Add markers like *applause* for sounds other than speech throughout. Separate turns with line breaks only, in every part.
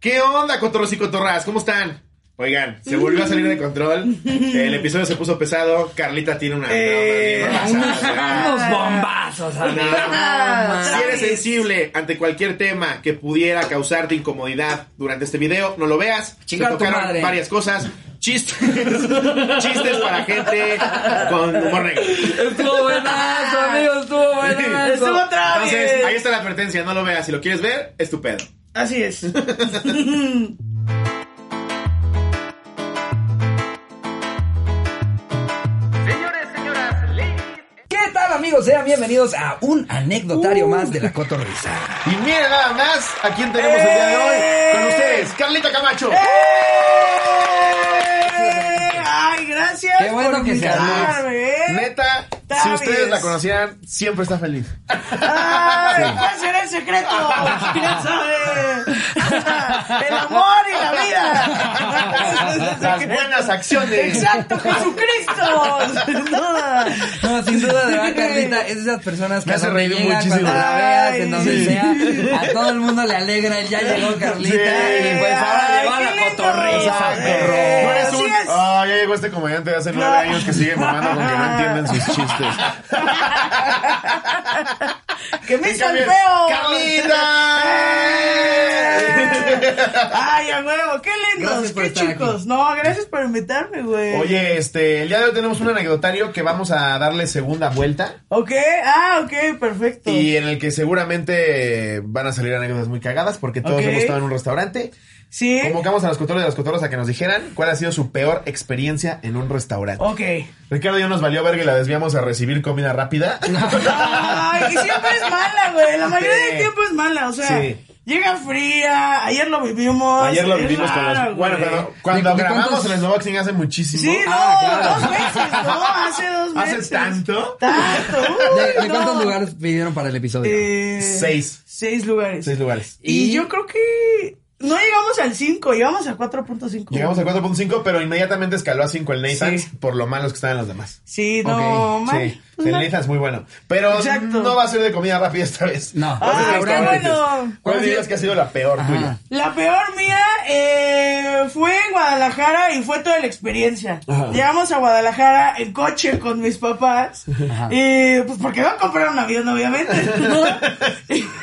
¿Qué onda, cotorros y cotorras? ¿Cómo están? Oigan, se volvió a salir de control. El episodio se puso pesado. Carlita tiene una.
Eh,
una- una-
unos,
una-
unos bombazos, amigo.
Ah,
mames.
Si eres sensible ante cualquier tema que pudiera causarte incomodidad durante este video, no lo veas. Se
Chinga tu
tocaron
madre.
varias cosas. Chistes. *laughs* Chistes para gente con humor negro.
Estuvo buenazo, amigo, estuvo buenazo.
Estuvo otra
Entonces,
vez.
ahí está la advertencia, no lo veas. Si lo quieres ver, es tu pedo.
Así es.
¿Qué tal, amigos? Sean bienvenidos a un anecdotario más de la cotorriza.
Y mira nada más a quién tenemos el día de hoy
Eh.
con ustedes, Carlita Camacho.
Ay, gracias.
Qué bueno
por
que se armó.
invitarme, ¿eh?
Neta,
Tabis.
si ustedes la conocían, siempre está feliz.
Ay, ¿Cuál será el secreto? ¿Quién sabe? El amor y la vida.
*laughs* Las buenas acciones.
Exacto, Jesucristo.
No, sin duda, *laughs* de verdad, Carlita, es de esas personas que
Me
a
hace
donde
reír
llega,
muchísimo.
cuando la veas, en
Ay,
donde
sí.
sea, a todo el mundo le alegra, el ya llegó Carlita,
Sí.
y pues ahora llegó a
Ay,
la
qué lindo.
cotorriza,
Exacto.
perro.
No eres
Así
un-
es.
Ah, ya llegó este comediante de hace nueve
No.
años que sigue mamando con que no entienden sus chistes.
Que me
En
hizo el
cambio,
feo. ¡Eh!
¡Carlita!
Ay, a huevo, qué lindos,
Gracias por
qué
estar
chicos. No, gracias por invitarme, güey.
Oye, este, el día de hoy tenemos un anecdotario que vamos a darle segunda vuelta.
Ok, ah, ok, perfecto.
Y en el que seguramente van a salir anécdotas muy cagadas porque todos
Ok.
hemos estado en un restaurante.
Sí.
Convocamos a los cotorros y a las cotorras a que nos dijeran cuál ha sido su peor experiencia en un restaurante.
Ok.
Ricardo ya nos valió verga y la desviamos a recibir comida
*laughs*
rápida.
Ay, que siempre es mala, güey. La mayoría
Sí.
del tiempo es mala, o sea.
Sí.
Llega fría, ayer lo vivimos.
Ayer lo
es
vivimos con
rara,
los... Bueno,
güey.
cuando, cuando
¿De- de
grabamos
cuántos?
el Snowboxing hace muchísimo.
Sí, no,
Ah, claro.
dos veces, no, hace
*laughs*
dos
¿Hace
veces.
tanto? *laughs*
Tanto. uy,
¿De, de
no.
cuántos lugares pidieron para el episodio?
Eh,
Seis.
Seis lugares.
Seis lugares.
Y,
Y-
yo creo que no llegamos al 5, llegamos a 4.5.
Llegamos a 4.5, pero inmediatamente escaló a 5 el Nathan
Sí.
por lo malos que estaban los demás.
Sí, no,
Ok,
man.
sí,
pues,
el
man.
Nathan es muy bueno. Pero
Exacto.
no va a ser de comida rápida esta vez.
No.
Va a ser
Ah,
restaurantes.
qué bueno. pues
¿Cuál
¿Cuál
dirías
sí?
que ha sido la peor
Ajá.
tuya?
La peor mía eh, fue en Guadalajara y fue toda la experiencia.
Ajá.
Llegamos a Guadalajara en coche con mis papás.
Ajá.
Y pues porque van a comprar un
*laughs*
avión, obviamente. *laughs* ¿no?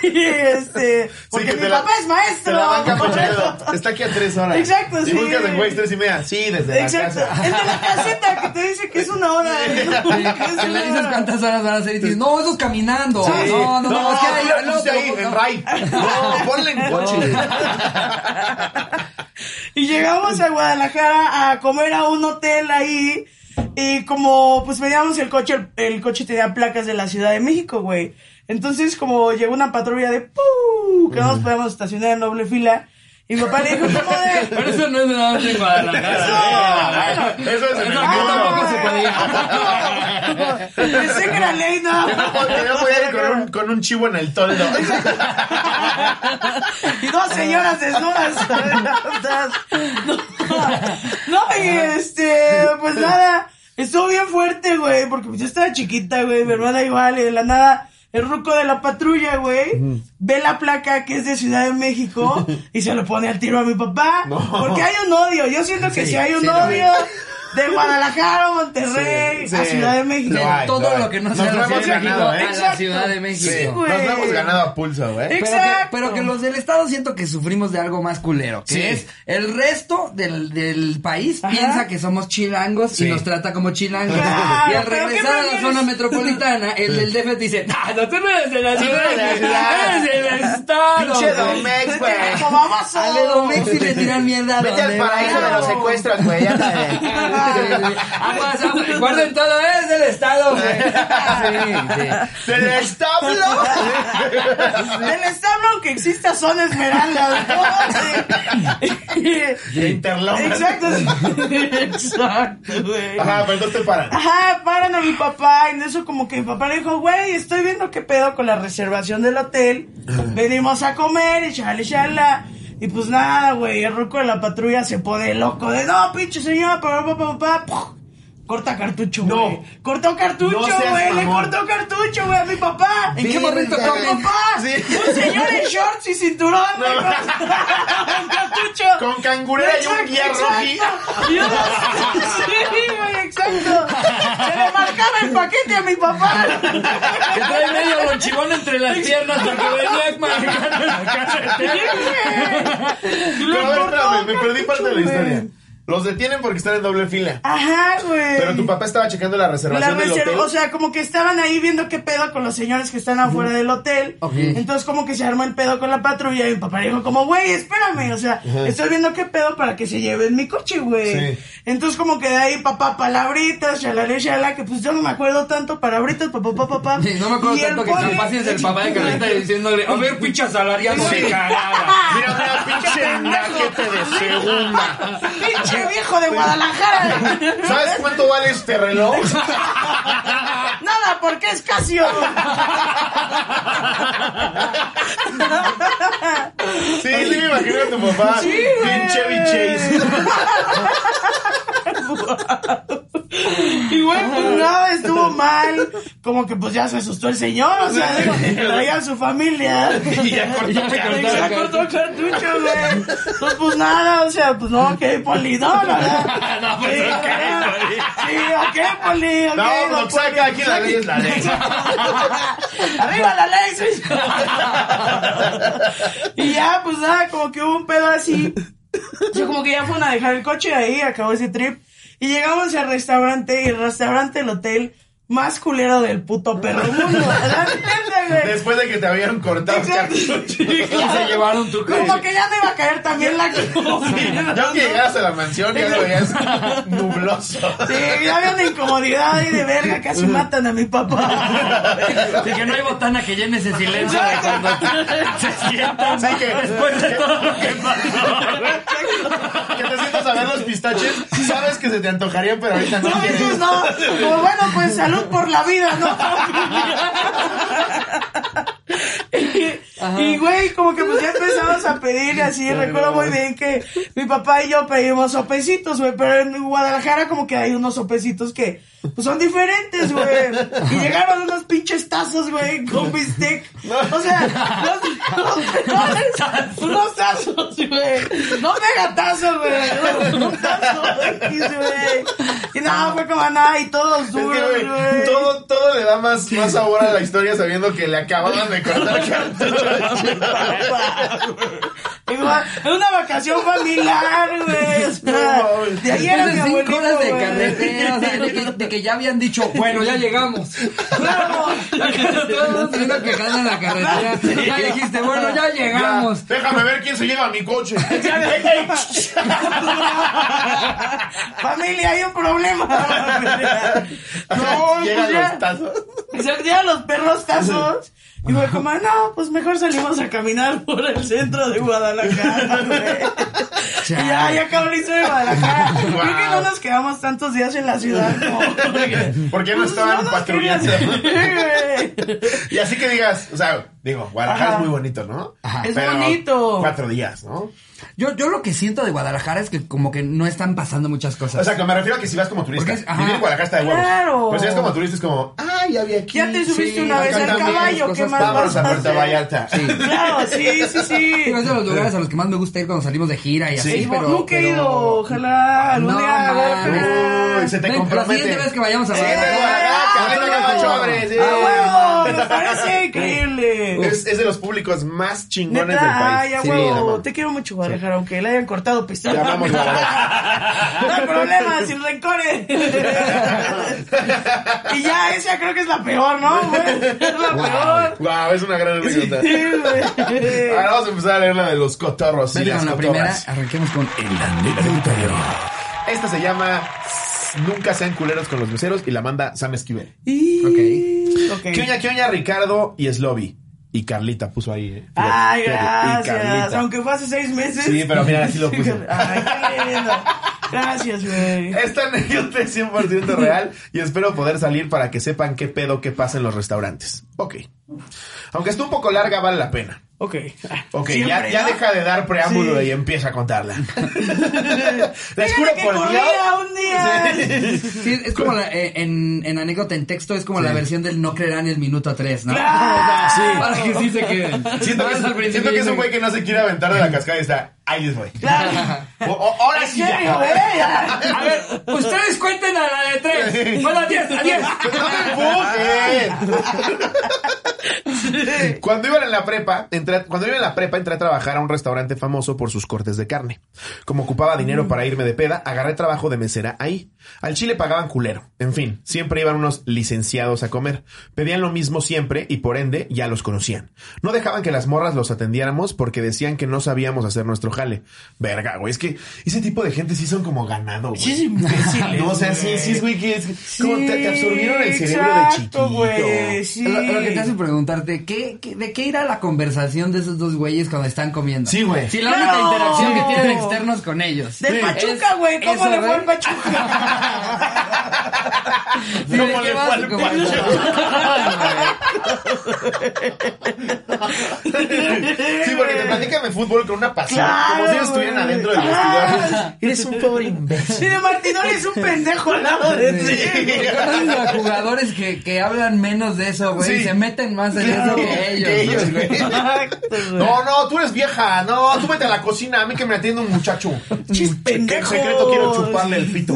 y este, porque
que
mi
te la-
papá es
Te
maestro.
la banca
*laughs* por eso.
Mochero. Está aquí a 3 horas.
Exacto,
y
sí.
Y buscas en Waze 3 y media. Sí, desde
Exacto.
la casa.
Es de la caseta que te dice que es
*laughs*
una hora. ¿no? *laughs*
*laughs*
Que es una
Y le dices
hora.
cuántas horas van a hacer y dices, no, eso es caminando.
Sí.
No, no, no, es que hay
mira,
no,
puse
te lo
ahí,
pongo-
en Rai. No, ponle en coche.
Y llegamos a Guadalajara a comer a un hotel ahí. Y como pues veníamos el coche, el, el coche tenía placas de la Ciudad de México, güey. Entonces como llegó una patrulla de ¡pum! que no nos podíamos estacionar en doble fila. Y mi papá le dijo, ¿cómo de...?
Pero eso no es nada más en Guadalajara.
No,
Eso es en el
Ah,
mundo.
tampoco se
*laughs*
podía. Pensé que era ley, no.
Porque no podía ir con un, con un chivo en el toldo.
Y dos señoras desnudas. No, no, y este, pues nada, estuvo bien fuerte, güey, porque pues yo estaba chiquita, güey, mi hermana igual, y de la nada, el ruco de la patrulla, güey, ve la placa que es de Ciudad de México y se lo pone al tiro a mi papá,
No.
porque hay un odio, yo siento que
Sí,
si hay un
sí, lo
odio de Guadalajara, Monterrey,
Sí,
a
sí.
Ciudad de México.
Lo hay,
De todo
hay.
lo que no
Nos
sea
lo
la
hemos
Ciudad de
ganado,
México
¿eh?
a la Ciudad de
Sí,
México.
güey.
nos lo hemos ganado a pulso, güey.
Eh,
Pero que,
Exacto.
pero que los del Estado siento que sufrimos de algo más culero, que
Sí.
es el resto del, del país
Ajá.
piensa que somos chilangos
Sí.
y nos trata como chilangos.
Claro,
y al
pero ¿qué
regresar a la
prefieres?
zona metropolitana, el del DF dice, no, no, tú no eres de la ciudad,
eres de la ciudad.
eres del Estado.
Pinche
güey".
Domex, güey.
Como vamos
Al de Domex y le tiran mierda a
Vete al
donde
paraíso
va.
de los secuestros, güey. ya sabes.
Aguas,
*laughs*
aguas, Guarden todo, es del Estado, güey. Sí, sí.
¡Del establo!
Del establo, aunque exista, son esmeraldas. *laughs* ¿no? Sí.
De Interlomas.
Exacto. *laughs* Exacto, güey.
Ajá, pero entonces te paran.
Ajá, paran a mi papá. Y en eso, como que mi papá le dijo, güey, estoy viendo qué pedo con la reservación del hotel. Venimos a comer y chale, chala. Y pues nada, güey, el ruco de la patrulla se pone loco de no, pinche señor, papá, papá, papá. Puf. Corta cartucho,
No.
güey. Cortó cartucho,
No seas
güey. le
mamón.
cortó cartucho, güey, a mi papá.
¿En qué momento
Con
caben?
papá.
Sí.
Un señor en shorts y cinturón. güey, *laughs* con- con cartucho
con cangurera y un guía roji.
Y yo no- Sí, güey, exacto. Se le marcaba el paquete a mi papá.
Que trae medio lonchibón entre las piernas porque venía manejando en la carretera.
Pero a ver, espérame, me perdí parte de la
güey.
historia. Los detienen porque están en doble fila.
Ajá, güey.
Pero tu papá estaba checando la
La
reservación del
reserva-
hotel.
o sea, como que estaban ahí viendo qué pedo con los señores que están afuera del hotel.
Ok.
Entonces, como que se armó el pedo con la patrulla. Y mi papá dijo, como, güey, espérame. O sea, estoy viendo qué pedo para que se lleven mi coche, güey.
Sí.
Entonces, como que de ahí, papá, palabritas, shalala, shalala, que pues yo no me acuerdo tanto, palabritas, papá, papá, papá.
Sí, no me acuerdo
Y el
tanto que
poli-
capaz es el papá de Carlita diciéndole, a ver, pinche asalariado de cagada.
Mira, mira, pinche naquete de segunda.
*laughs* Pinche viejo de
*laughs*
Guadalajara. *laughs*
¿Sabes cuánto vale este reloj?
Nada, porque es Casio.
Sí, sí, me imagino a tu papá.
Sí, güey.
Pinche bichase.
Y güey, pues nada, estuvo mal. Como que pues ya se asustó el señor, o sea, digo, traía a su familia.
*laughs* Y ya cortó
Ya se
Y
cartucho.
cortó.
se cortó el cartucho, güey. Entonces, pues nada, o sea, pues no, ok, poli, no, no, no.
No,
Sí,
pues, ok,
ok, sí, ok, poli, ok.
No,
don
lo que saca
Poli.
aquí la ley es la ley.
*laughs* ¡Arriba la ley! señor! y ya, pues nada, como que hubo un pedo así. Yo como que ya fueron a dejar el coche ahí, acabó ese trip. Y llegamos al restaurante, y el restaurante, el hotel más culero del puto perro mundo. La neta, güey.
Después de que te habían cortado el
Exacto.
cartucho.
Y se llevaron tu
Como
coche.
que ya me iba a caer también la
Ya que
comida.
llegaras a la mansión ya lo
*laughs*
veías nubloso.
Sí, ya había una incomodidad ahí de verga, casi matan a mi papá.
De que no hay botana que llene ese silencio de
*laughs*
cuando se sientan
Así que-
después de todo lo que pasó.
Que te sientas a ver los pistaches, sabes que se te antojarían, pero ahorita no
No,
quieres.
dices, no. Pues bueno, pues salud por la vida, ¿no? Y- Y güey, como que pues ya empezamos a pedir así, recuerdo muy bien que mi papá y yo pedimos sopecitos, güey, pero en Guadalajara como que hay unos sopecitos que pues, son diferentes, güey. Y llegaron unos pinches tazos, güey, con bistec. O sea, los, los- unos tazos, güey. No megatazos, güey. Un tazo X, güey. Y nada, fue como nada, y todos
Es que,
duros,
güey,
güey.
todo, todo le da más, más sabor a la historia sabiendo que le acababan de cortar cartucho.
Igual, es una vacación familiar, güey. O sea,
No, mames.
de ahí era
Después
mi
de cinco
abuelito,
horas de
güey.
carretera, o sea, de que, de que ya habían dicho, bueno, ya llegamos.
*laughs* Claro.
Todo el mundo teniendo que jalar en la carretera. Ya dijiste, bueno, ya llegamos.
Ya, déjame ver quién se lleva a mi coche.
Familia, hay un problema. No, pues
Llegan
ya,
los tazos.
se odian los perros tazos. Y fue como, no, pues mejor salimos a caminar por el centro de Guadalajara, güey. Y ya, ya acabó la historia de Guadalajara. Creo que no nos quedamos tantos días en la ciudad
*laughs*
como...
¿Por qué no estaban
nos
patrullando?
Pues querían- *laughs* Sí, güey.
Y así que digas, o sea, digo, Guadalajara
Ajá.
es muy bonito, ¿no?
Es
Pero
bonito.
Cuatro días, ¿no?
Yo, yo lo que siento de Guadalajara es que como que no están pasando muchas cosas.
Pues
O sea, que me refiero a que si vas como turista,
Porque es- ajá.
vivir en Guadalajara está de huevos.
Claro.
Pero si vas como turista es como, ah, ya vi aquí.
*laughs* Ya te subiste
sí,
una vez
acá
al
también,
caballo, ¿qué
cosas
más
Vámonos
vas
a
a
Puerto
hacer?
Vallarta.
sí.
Claro, sí, sí, sí.
Digo, es de los lugares a los que más me gusta ir cuando salimos de gira y así,
Sí,
pero...
Nunca he
pero-
ido, ojalá algún
No,
día.
mames.
ojalá.
Uy, se te
Ven, La
compromete.
siguiente vez que vayamos a
Sí, de
Guadalajara...
Ah,
Guadalajara,
cabrón,
venga,
vamos.
cabrones, sí.
Ah, bueno.
¡A huevo! Me parece increíble.
*laughs* Es, es de los públicos más chingones del
Neta, ay,
país.
a
Sí,
huevo.
la
Te quiero mucho, Guadalajara, aunque le hayan cortado
Te
pistola.
amamos, Guadalajara.
*laughs* No hay problema,
*laughs*
sin rencores. y ya, esa creo que es la peor, ¿no? güey? Es la peor.
Wow, es una gran anécdota.
Sí, güey.
Ahora vamos a empezar a leer la de los cotorros y
Venga,
las
con la primera,
cotorras.
arranquemos con el anecdotero.
Esta se llama Nunca sean culeros con los meseros y la manda Sam Esquivel.
Y... Ok.
¿Qué oña, qué oña, Ricardo y Slobby? Y Carlita puso ahí. eh. Fíjate,
Ay,
fíjate, y
gracias.
Carlita.
Aunque fue hace seis meses.
Sí, pero mira,
*laughs*
así lo puso. Eh,
Ay, qué lindo. Gracias, güey.
Esta anécdota es 100% real y espero poder salir para que sepan qué pedo que pasa en los restaurantes. Ok. Aunque esté un poco larga, vale la pena.
Ok.
Ok,
Siempre,
ya, ya
¿no?
deja de dar preámbulo
Sí.
y empieza a
*laughs*
contarla. Les
Fíjate
juro
que
por
corría
Dios.
un día.
Sí, es como la, eh, en, en anécdota en texto, es como la versión del no creerán el minuto 3, ¿no?
Claro.
O sea, *laughs* Para que sí se queden.
Siento
Vas al
que,
principio
siento que es
y
un güey que no se quiere aventar de la cascada y está. ahí les voy. *laughs*
Claro.
O- o- ahora
¿En
sí ya. *laughs*
serio, eh? Ya.
A ver, ustedes cuenten a la de tres. Bueno, a diez, a diez.
Empuje. Cuando iba en la prepa, entré, cuando iba en la prepa entré a trabajar a un restaurante famoso por sus cortes de carne. Como ocupaba dinero para irme de peda, agarré trabajo de mesera ahí. Al chile pagaban culero. En fin, siempre iban unos licenciados a comer. Pedían lo mismo siempre y por ende ya los conocían. No dejaban que las morras los atendiéramos porque decían que no sabíamos hacer nuestro jale. Verga, güey, es que ese tipo de gente sí son como ganado, güey.
Sí, es imbécil,
Ah, No, o sea, sí,
güey.
sí es güey que es como te, te absorbieron el cerebro
exacto,
de chiquito.
güey, sí.
Lo, lo que te hace preguntarte, ¿qué, qué- de qué irá la conversación de esos dos güeyes cuando están comiendo?
Sí, güey.
Si la
Claro.
única interacción que tienen externos con ellos.
Del
Sí.
Pachuca,
Es-
güey. ¿Cómo
eso,
le fue
güey.
al Pachuca?
Sí, ¿de
¿Cómo
qué
le
vas
fue
a
al
*laughs*
conversar?
*laughs* Sí, porque te platican de fútbol con una pasión,
Claro,
como si ellos estuvieran
güey. Ah,
adentro del
Claro.
vestidor. Eres un pobre imbécil.
Sí, de Martinoli es un pendejo al lado de ti.
Recuerden a jugadores que, que hablan menos de eso, güey.
Sí.
y Se meten más en eso que ellos.
Que ellos,
güey.
güey. No, no, tú eres vieja. No, tú vete a la cocina. A mí que me atiende un muchacho.
Chis
Que en
pendejos.
secreto quiero chuparle el pito.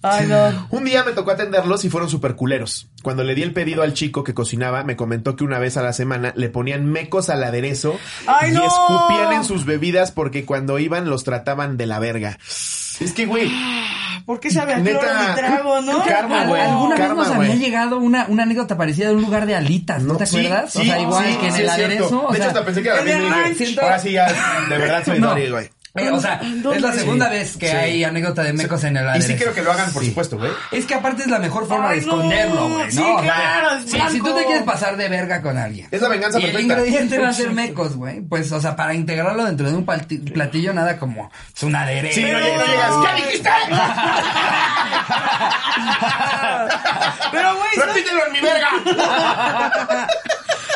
Ay, no.
Un día me tocó atenderlos y fueron super culeros. Cuando le di el pedido al chico que cocinaba, me comentó que una vez a la semana le ponían mecos al aderezo
¡Ay,
y
no!
escupían en sus bebidas porque cuando iban los trataban de la verga. Es que, güey,
¿Por qué sabe a cloro
Neta,
mi trago, no?
karma, güey.
Alguna
Karma,
vez nos había
güey.
llegado una, una anécdota parecida de un lugar de alitas, ¿no, te
sí,
acuerdas? o
sí,
sea, igual
sí,
que en
sí,
el
es cierto.
aderezo. o
De
sea,
hecho, hasta pensé que era
en el
Billy, güey.
ranch.
Ahora sí ya, de verdad soy
No.
Dori, güey.
eh, o sea,
¿Dónde?
es la
Sí.
segunda vez que
Sí.
hay anécdota de mecos en el
Y
aderezo.
sí quiero que lo hagan, por supuesto, güey.
Es que aparte es la mejor forma
Ay,
de
no,
esconderlo, güey.
sí,
¿no? O sea,
claro, es
si- si
blanco.
tú te quieres pasar de verga con alguien.
Es la venganza
y el
perfecta.
ingrediente va a ser mecos, güey. Pues, o sea, para integrarlo dentro de un palti- platillo, nada como es un aderezo.
Sí, no, lleg- no llegas. ¿Qué
*laughs*
dijiste?
Pero, güey, ¿sabes?
¡Repítelo en mi verga!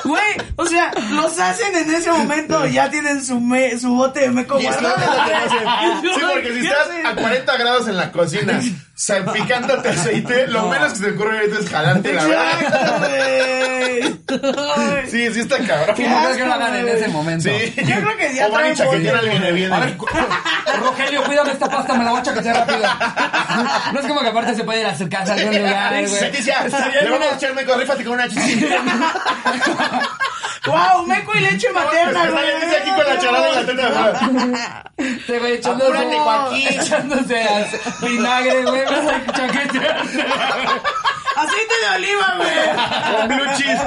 güey, o sea, los hacen en ese momento y ya tienen su, me- su bote de meco
Y es lo que
guardado.
*laughs*
hacen. Sí, porque si
¿Qué
estás
hacen?
a 40 grados en la cocina, salpicándote aceite, lo menos que se te ocurre ahorita es jalarte la verga.
Exacto, güey.
Sí, sí está cabrón.
Sí, mejor que lo hagan en
güey.
ese momento.
Sí.
Yo creo que ya
O van y
traen
chaquetean
bote,
al viene bien.
A ver, cu- Rogelio, cuídame esta pasta, me la voy a chaquetear rápido. No es como que aparte se puede ir a su casa a algún lugar, güey.
Leticia, le vamos a echar meco, rífate con una chichi.
Wow, meco y leche materna,
Está
güey.
Leticia Pues, aquí con la charada en la teta de afuera.
*laughs*
Este güey echándose,
Apúrate, Joaquín.
echándose a- vinagre, güey, me
*laughs*
la chaqueteaste.
Aceite de oliva, güey.
Con blue cheese.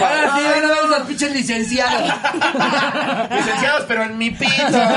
Ahora sí, ahora vemos los pinches licenciados.
Licenciados, pero en mi pito.
*laughs*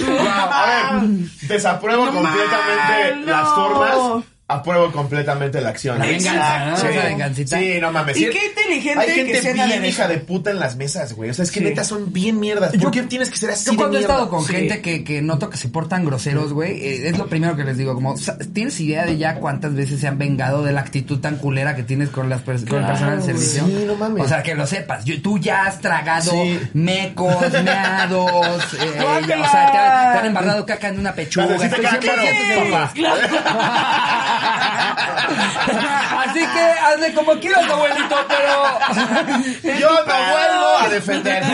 Wow, a ver, desapruebo completamente
mal,
las
no.
formas, apruebo completamente la acción.
La venganza, ¿no?
Sí,
La vengancita.
sí, no mames.
Y
Sí,
qué inteligente
Hay gente
que cena
bien
de
hija de puta en las mesas, güey. O sea, es que neta son bien mierdas. ¿Por qué tienes que ser así
Yo
de
cuando he
mierda?
estado con
Sí.
gente que, que noto que se portan groseros, güey, eh, es lo primero que les digo, como, sa- ¿tienes idea de ya cuántas veces se han vengado de la actitud tan culera que tienes con las pers- con el personal del servicio?
Sí, no mames.
O sea, que lo sepas, yo- tú ya has tragado
Sí. *laughs*
mecos, meados, eh, ya- o
Guácala.
sea, te, han- te han embarrado caca en una pechuga.
Las necesita
Tú siempre
cada quien.
sientes
*laughs*
papá. Así que hazle como quieras, abuelito,
*laughs*
pero...
Yo no vuelvo a
*laughs*
defender. *laughs*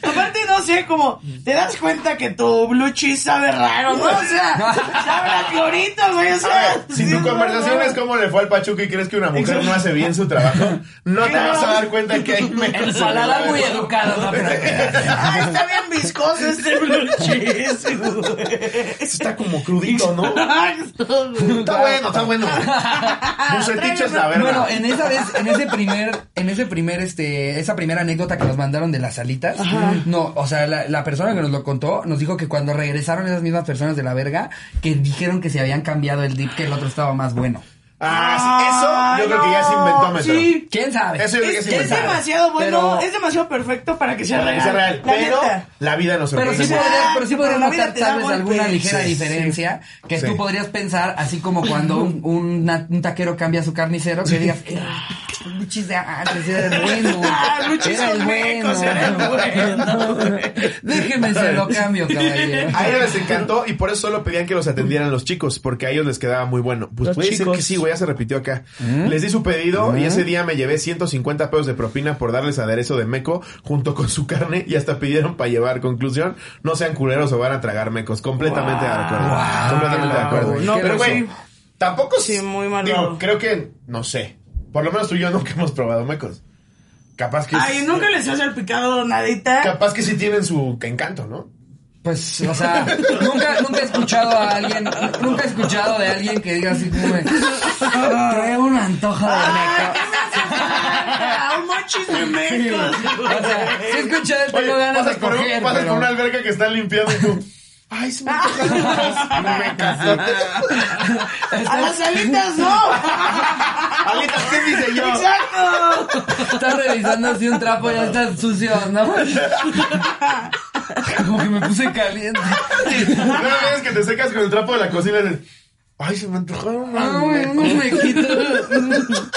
Aparte, no sé, como, te das cuenta que tu blue cheese sabe raro, ¿no? O sea, sabe a clorito, güey, o
A
sea.
ver, si tu conversación es cómo le fue al Pachuca y crees que una mujer no hace bien su trabajo, no te
Claro.
vas a dar cuenta que hay
*laughs* El
menos.
paladar muy educado, no, pero...
Ay, está bien viscoso este blue cheese, güey.
Está como crudito, ¿no?
Exacto,
*laughs*
güey.
Está bueno, está bueno. Bucetich es la verga.
Bueno, en esa vez, en ese primer, en ese primer, este, esa primera anécdota que nos mandaron de las alitas, no, o sea, la, la persona que nos lo contó nos dijo que cuando regresaron esas mismas personas de la verga, que dijeron que se habían cambiado el dip, que el otro estaba más bueno.
Ah, sí, eso yo creo que ya es
no,
inventómetro.
sí.
¿Quién sabe?
Eso yo creo que
Es,
sí,
es
sabe.
demasiado bueno,
Pero-
es demasiado perfecto para que sea real.
Es real.
La
pero
neta.
la vida nos
Pero sí,
sorprende.
puede-
podrías, pero sí
Pero
podrías
la vida
notar
te da
tal vez
golpes.
alguna ligera
Sí,
diferencia que
Sí.
tú podrías pensar, así como cuando un, un- una- un taquero cambia a su carnicero, que digas, "Eh, bichis de antes,
*laughs*
era el bueno.
Ah, luchis
Era el
olmecos, era el bueno,
bueno.
güey.
Déjeme se lo cambio, caballero.
A ellos les encantó y por eso solo pedían que los atendieran los chicos, porque a ellos les quedaba muy bueno. Pues
Los
puede ser
chicos.
que sí, güey, ya se repitió acá.
Mm.
Les di su pedido y ese día me llevé 150 pesos de propina por darles aderezo de meco junto con su carne y hasta pidieron para llevar. Conclusión, no sean culeros o van a tragar mecos. Completamente de acuerdo. Completamente de acuerdo.
No,
Pero,
pero
güey,
sí.
tampoco
Sí,
s-
muy mal
digo,
lado.
creo que, no sé. Por lo menos tú y yo nunca hemos probado mecos. Capaz que...
Ay, nunca les has salpicado nadita.
Capaz que sí tienen su encanto, ¿no?
Pues, o sea, nunca, nunca he escuchado a alguien, nunca he escuchado de alguien que diga así como, traigo un antojo de
*laughs* Ay, ¿qué
meco.
me haces *laughs* falta? Un mochis de mecos,
O sea,
güey.
sí he escuchado, tengo
Oye,
ganas
pasas
de
por un-
coger,
pasas
pero...
por una alberca que está limpiando y tú... Ay, se me antojaron unas
*laughs*
mecas.
A las alitas no.
Alitas, ¿qué dice yo?
Exacto.
Estás revisando así un trapo, ya está sucio,
*laughs*
¿no? Como que me puse caliente.
No me digas que te secas con el trapo de la cocina y dices... Ay, se me antojaron
Ah,
unas
güey,
mecas.
unos mequitos.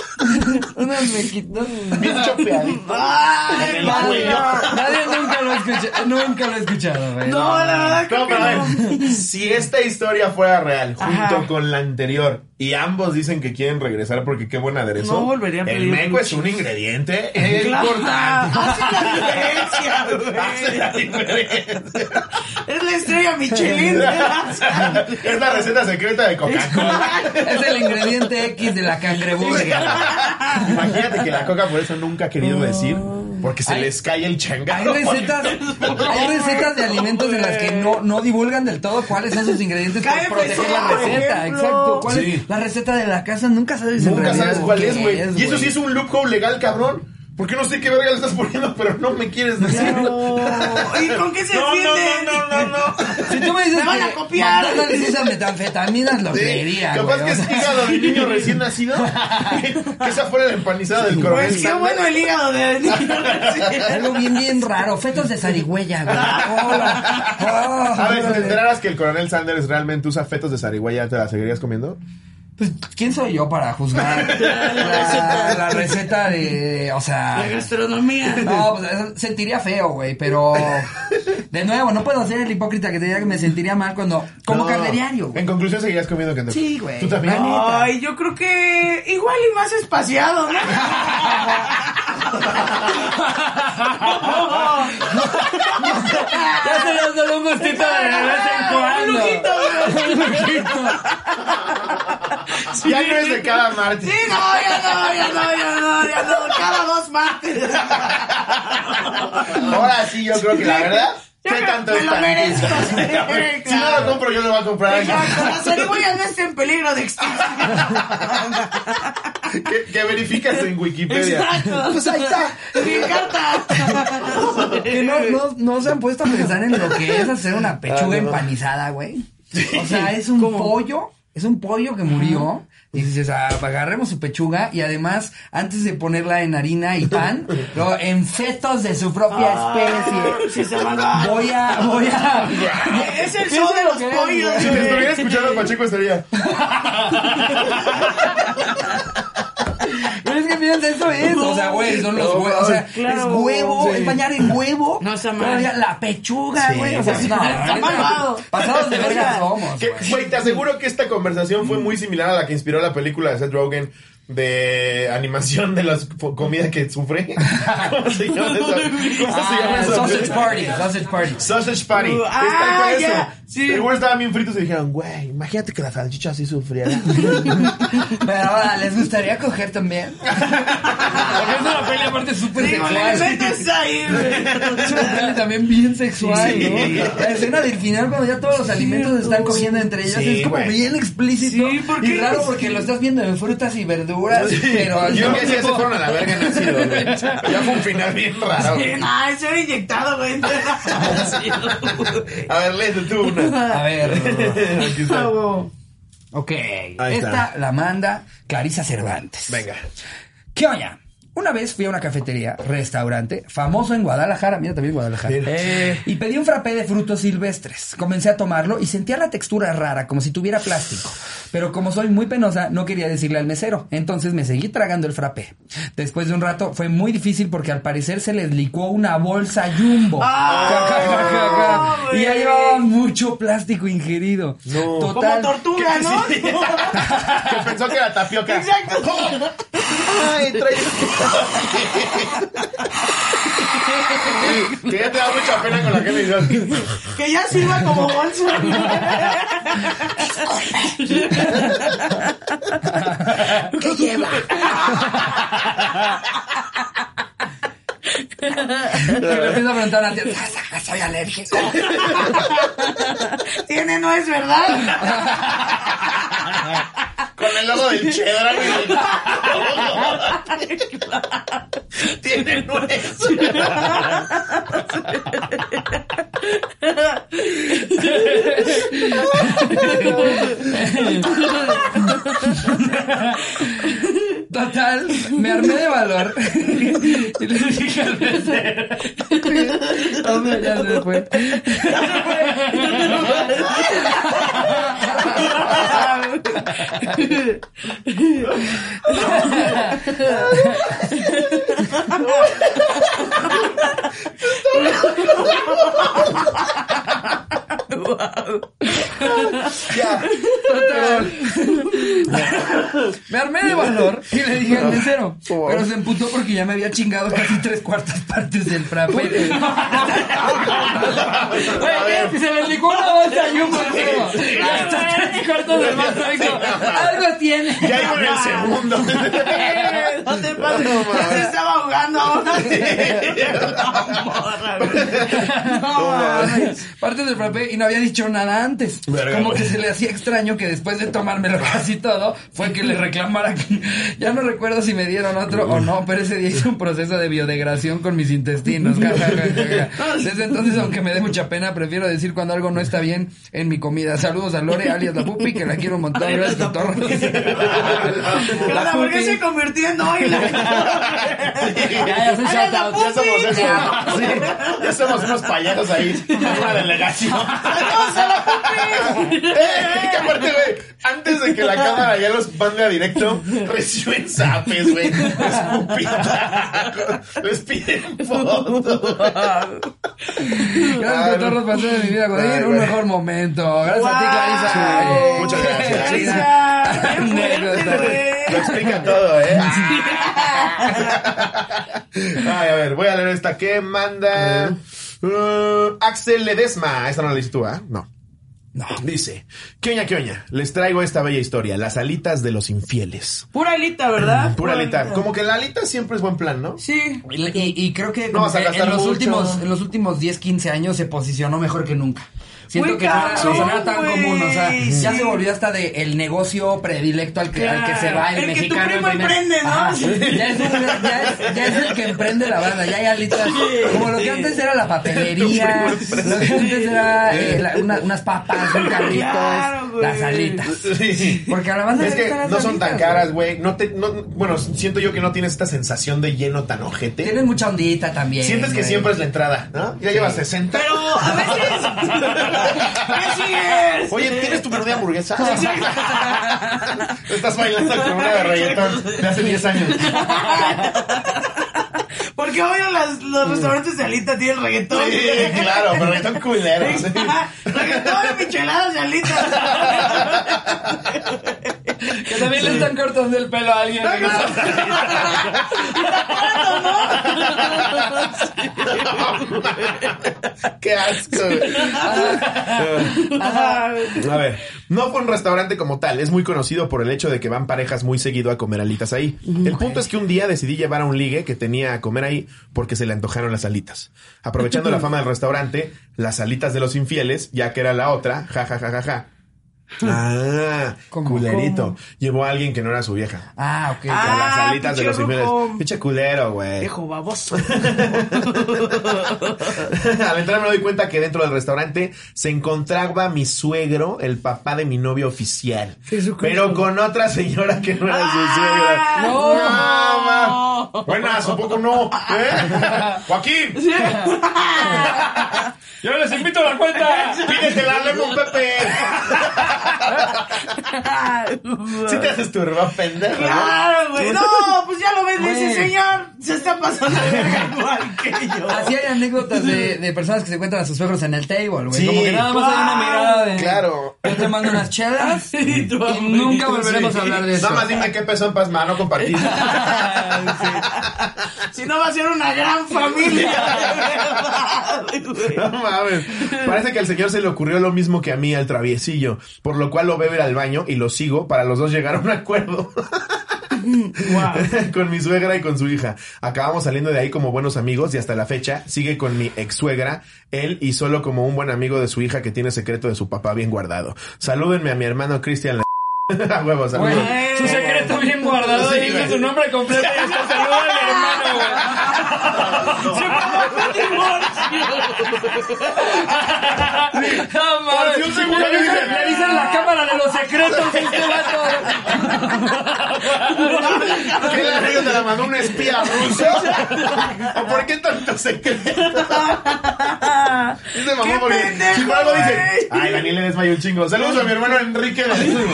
Unos mequitos.
Bien chopeadito.
Ay,
Ah,
Nadie,
güey,
no.
nadie nunca lo ha escuchado, nunca lo he escuchado, güey.
No, la verdad que
No, pero a
no.
ver, si esta historia fuera real, junto
Ajá.
con la anterior, y ambos dicen que quieren regresar porque qué buen aderezo.
No volvería a
El
pedir
meco es
mucho.
un ingrediente
Claro,
importante. *laughs*
Hace la diferencia,
Hace la
güey. *laughs*
diferencia.
Es la estrella Michelin.
es la receta secreta de
*laughs*
Coca-Cola.
Es el ingrediente X de la cangreburger.
Imagínate que la coca por eso nunca ha querido decir, porque se les cae el
Hay
changarro.
recetas, hay recetas de alimentos en las que no, no divulgan del todo cuáles son sus ingredientes para
KFC,
proteger la
por
receta.
ejemplo.
Exacto. ¿Cuál es
Sí.
la receta de la casa nunca sabes en
Nunca
realidad
sabes cuál
qué
es, güey. Y eso
güey.
sí es un loophole legal, cabrón. Porque no sé qué verga le estás poniendo, pero no me quieres decir.
No. ¿Y con qué se
No, no,
defienden?
no, no, no, no.
Si tú me dices
Me van
que
a copiar.
McDonald's usa metanfetaminas, lo
Sí,
creería,
capaz
güey,
que
o
es
sea.
hígado de niño recién nacido. que esa fuera la empanizada del coronel.
Pues qué bueno el hígado de
Algo bien, bien raro. Fetos de zarigüeya, güey. Hola. Oh,
A ver, si te
órale.
enteraras que el coronel Sanders realmente usa fetos de zarigüeya, ¿te la seguirías comiendo?
Pues, ¿quién soy yo para juzgar la, la receta de. O sea.
La gastronomía.
No, pues eso sentiría feo, güey, pero. De nuevo, no puedo ser el hipócrita que te diga que me sentiría mal cuando. Como
No.
carne diario, güey.
En conclusión, seguirías comiendo Kentucky.
Sí, güey.
¿Tú también?
La neta.
Ay, yo creo que igual y más espaciado, ¿no?
Ya se nos dado un gustito de vez en
Un
cuando.
lujito, güey.
Ya no es de cada martes.
Sí, no, ya no, ya no, ya no, ya no. Cada dos martes.
Ahora sí, yo creo que la verdad.
Ya
¿Qué
me-
tanto
me
es
lo
tantito? *laughs*
merezco, sí,
Si no
claro.
lo compro, yo lo voy a comprar. a alguien.
Exacto, la zarigüeya no está en peligro de extinción.
Que, que verificas en Wikipedia.
Exacto. Pues ahí está. Me encanta.
Que no, no, no se han puesto a pensar en lo que es hacer una pechuga empanizada, güey. O sea, es un pollo, es un pollo que murió. Y dices, ah, agarremos su pechuga y además, antes de ponerla en harina y pan, lo, en fetos de su propia especie.
Sí, se manda.
Voy a, voy a.
Es el
Piensa
show de
lo
los
que es,
pollos,
güey.
Si te estuviera
güey.
escuchando, Pacheco estaría.
Pero es que piensa, eso es. O sea, güey, son los
No,
huevos. O sea,
claro.
es huevo, es bañar en huevo.
No está mal.
Todavía La pechuga,
Sí,
güey. o sea,
güey.
no, la
Está
neta,
malvado.
Pasados de verga somos.
Que,
güey.
Güey, te aseguro que esta conversación fue muy similar a la que inspiró la película de Seth Rogen de animación de las fo- comida que sufre. *laughs* ¿Cómo se llama esa? ¿Cómo se llama esa?
Ah, sausage party, sausage party.
Sausage Party.
Uh,
es tal cual
ah,
eso.
ya, sí.
Seguro estaban bien fritos y dijeron, güey, imagínate que la salchicha así sufriera.
*laughs* Pero ahora, ¿les gustaría coger *laughs* también?
Porque es una peli aparte súper
Digo, le
sexual.
metes ahí, güey.
Es una peli también bien sexual,
Sí.
¿no? La escena del final cuando ya todos los alimentos se están cogiendo entre ellos
Sí,
es como
güey.
bien explícito
Sí, ¿por
y
qué?
raro porque lo estás viendo en frutas y verduras, pero al
Yo creo
mismo
que ya se
tiempo-
fueron a la verga en ácido, güey. Ya fue un final bien raro. güey.
Ah, eso era inyectado, *laughs* güey.
A ver, léete tú una.
A ver,
*laughs* Aquí está.
ok.
Ahí está.
Esta la manda Clarisa Cervantes.
Venga.
¿Qué oña? Una vez fui a una cafetería, restaurante, famoso en Guadalajara, mira también Guadalajara,
Mira.
Eh.
y pedí un frappé de frutos silvestres. Comencé a tomarlo y sentía la textura rara, como si tuviera plástico. Pero como soy muy penosa, no quería decirle al mesero, entonces me seguí tragando el frappé. Después de un rato fue muy difícil porque al parecer se les licuó una bolsa jumbo.
Ah,
Ja, ja, ja, ja, ja. *laughs* y ya
güey.
llevaba mucho plástico ingerido.
No.
Total.
Como tortuga, ¿no?
Que pensó que era tapioca.
*laughs* Exacto.
Ay, trae- que ya te da mucha pena con la que me dices.
Que ya sirva como bolsa.
¿Qué lleva? Y le empiezo a preguntar a la tía, soy alérgico.
Tiene, no es verdad.
Con el logo del cheddar. Tiene nuez.
Total, me armé de valor. *laughs* y le dije al mesero. Hombre, *laughs* ya pues. se fue.
Ya.
Total. Me armé de valor y le dije al mesero.
Wow.
Pero se emputó porque ya me había chingado casi tres cuartas partes del *laughs* frappé.
A ver.
Güey, se les licuó una bolsa y un bolsero. Hasta tres cuartos de más rico.
Algo tiene.
Ya iba en el segundo.
*laughs* No te pases.
No,
Ya
mames.
se estaba ahogando ahora. *laughs* No, mames.
Parte del frappé y no había dicho nada antes.
Verga,
Como
güey.
que se le hacía extraño que después de tomármelo *laughs* casi todo, fue que le reclamara que ya no recuerdo si me dieron otro o no, pero ese día hice un proceso de biodegradación con mis intestinos. Ja, ja, ja,
Ah,
ja. Desde entonces, aunque me dé mucha pena, prefiero decir cuando algo no está bien en mi comida. Saludos a Lore, alias la pupi, que la quiero un montón. *laughs* Gracias, cotorros.
Claro, ¿por qué
Pupi.
se convirtió en oila?
Ya, ya se
Ay,
chata.
la
Ya somos eso. Sí. Ya
*laughs* pupi.
somos unos payasos ahí. Una delegación.
¡Saludos a la pupi!
Eh, que aparte, güey, antes de que la cámara ya los mande a directo, reciben zapes, güey. Escupitajos, Les piden fotos.
Gracias,
Ay,
cotorros, por hacer de mi vida,
Ay,
Godín, un
güey.
mejor momento. Gracias a ti,
Wow.
Clarisa.
Sí,
muchas gracias.
Clarisa,
*laughs*
qué fuerte,
Anécdota.
Lo
güey.
explica todo, ¿eh? Ay, a ver, voy a leer esta que manda uh, Axel Ledesma. Esta no la leíste tú, ¿ah? No. No. Dice, ¿qué oña, qué oña? Les traigo esta bella historia, las alitas de los infieles.
Pura alita, ¿verdad?
Mm, Pura alita. Como que la alita siempre es buen plan, ¿no?
Sí.
Y, y- y creo que,
No
como
vas a
que
gastar
en, los
mucho.
últimos, en los últimos 10, 15 años se posicionó mejor que nunca. Siento
Muy
que no
cabrón,
era, o sea, no era tan
güey,
común, o sea, ya
sí.
se volvió hasta de el negocio predilecto al que, al que se va el,
El que tu
mexicano.
primo
en primer-
emprende, ¿no?
Ajá,
Sí.
ya, es un- ya es- ya es el que emprende la banda, ya hay alitas. Como lo que antes era la papelería, lo que antes era eh, la- una- unas papas, un carritos,
Claro, güey.
las alitas.
Sí.
Porque a la banda
Es
le
que
gustan las
no son
alitas,
tan
güey.
caras, güey. No te, no, bueno, siento yo que no tienes esta sensación de lleno tan ojete.
Tienen mucha ondita también.
Sientes que
güey.
siempre es la entrada, ¿no? Ya llevas 60.
Pero
*laughs*
a *laughs* veces. ¿Qué sigues?
Oye, ¿tienes tu menú *laughs* de hamburguesa? *laughs* Estás bailando con una de reggaetón de hace 10 años.
Porque obvio las, los restaurantes de alita tienen reggaetón.
Sí, claro, pero reggaetón culero. sí.
*laughs* reggaetón de micheladas de alitas.
Que también le están cortando el pelo a alguien.
*laughs* Qué asco. güey. A ver, no fue un restaurante como tal, es muy conocido por el hecho de que van parejas muy seguido a comer alitas ahí. El punto es que un día decidí llevar a un ligue que tenía a comer ahí porque se le antojaron las alitas. Aprovechando la fama del restaurante, las alitas de los infieles, ya que era la otra, ja ja ja ja ja. Ah,
¿Cómo?
culerito. Llevó a alguien que no era su vieja.
Ah, ok.
Con
Ah,
las alitas de
pinche
los infieles.
ruco.
Pinche culero, güey.
Viejo
*laughs*
baboso.
Al entrar me doy cuenta que dentro del restaurante se encontraba mi suegro, el papá de mi novio oficial.
Jesucristo.
Pero con otra señora que no era su
Ah,
suegra.
no.
No, ma. Buenas, un poco no.
*laughs*
¿Eh? Joaquín,
Yo les invito a la cuenta.
pídetela luego un
*laughs*
Pepe. Si te haces turba, pendejo. ¿no?
Claro, güey. No, pues ya lo ves,
Güey.
ese señor se está pasando de verga igual que yo.
Así hay anécdotas de, de personas que se encuentran a sus suegros en el table, güey.
Sí.
Como que nada más
Ah,
hay una mirada de.
Claro.
Yo te mando unas chelas.
Y tú,
Y nunca volveremos
sí.
a hablar de eso. Ah,
Nada más dime qué peso en pasma, no compartir.
Si no va a ser una gran familia, de verdad, güey.
No mames. Parece que al señor se le ocurrió lo mismo que a mí al traviesillo, por lo cual lo veo ir al baño y lo sigo para los dos llegar a un acuerdo. *laughs* con mi suegra y con su hija. Acabamos saliendo de ahí como buenos amigos y hasta la fecha sigue con mi ex suegra, él y solo como un buen amigo de su hija que tiene secreto de su papá bien guardado. Salúdenme a mi hermano Cristian. la- *laughs* A huevos,
Güey,
saludos.
Su secreto bien guardado.
Sí,
Dice
güey.
su nombre completo y hasta saluda al hermano, güey.
Se pagó un divorcio.
No mames.
Por si un segundo
Ah, Le dicen-
dice-
Le dicen la cámara de los secretos este vato.
¿Qué la regla te la mandó un espía ruso? *laughs* ¿O por qué tanto secreto? Dice mamá
¡Qué
porque
pendejo,
si por algo dice,
güey!
ay, Daniel le desmayó un chingo. Saludos a mi hermano
*laughs*
Enrique Valenzuela.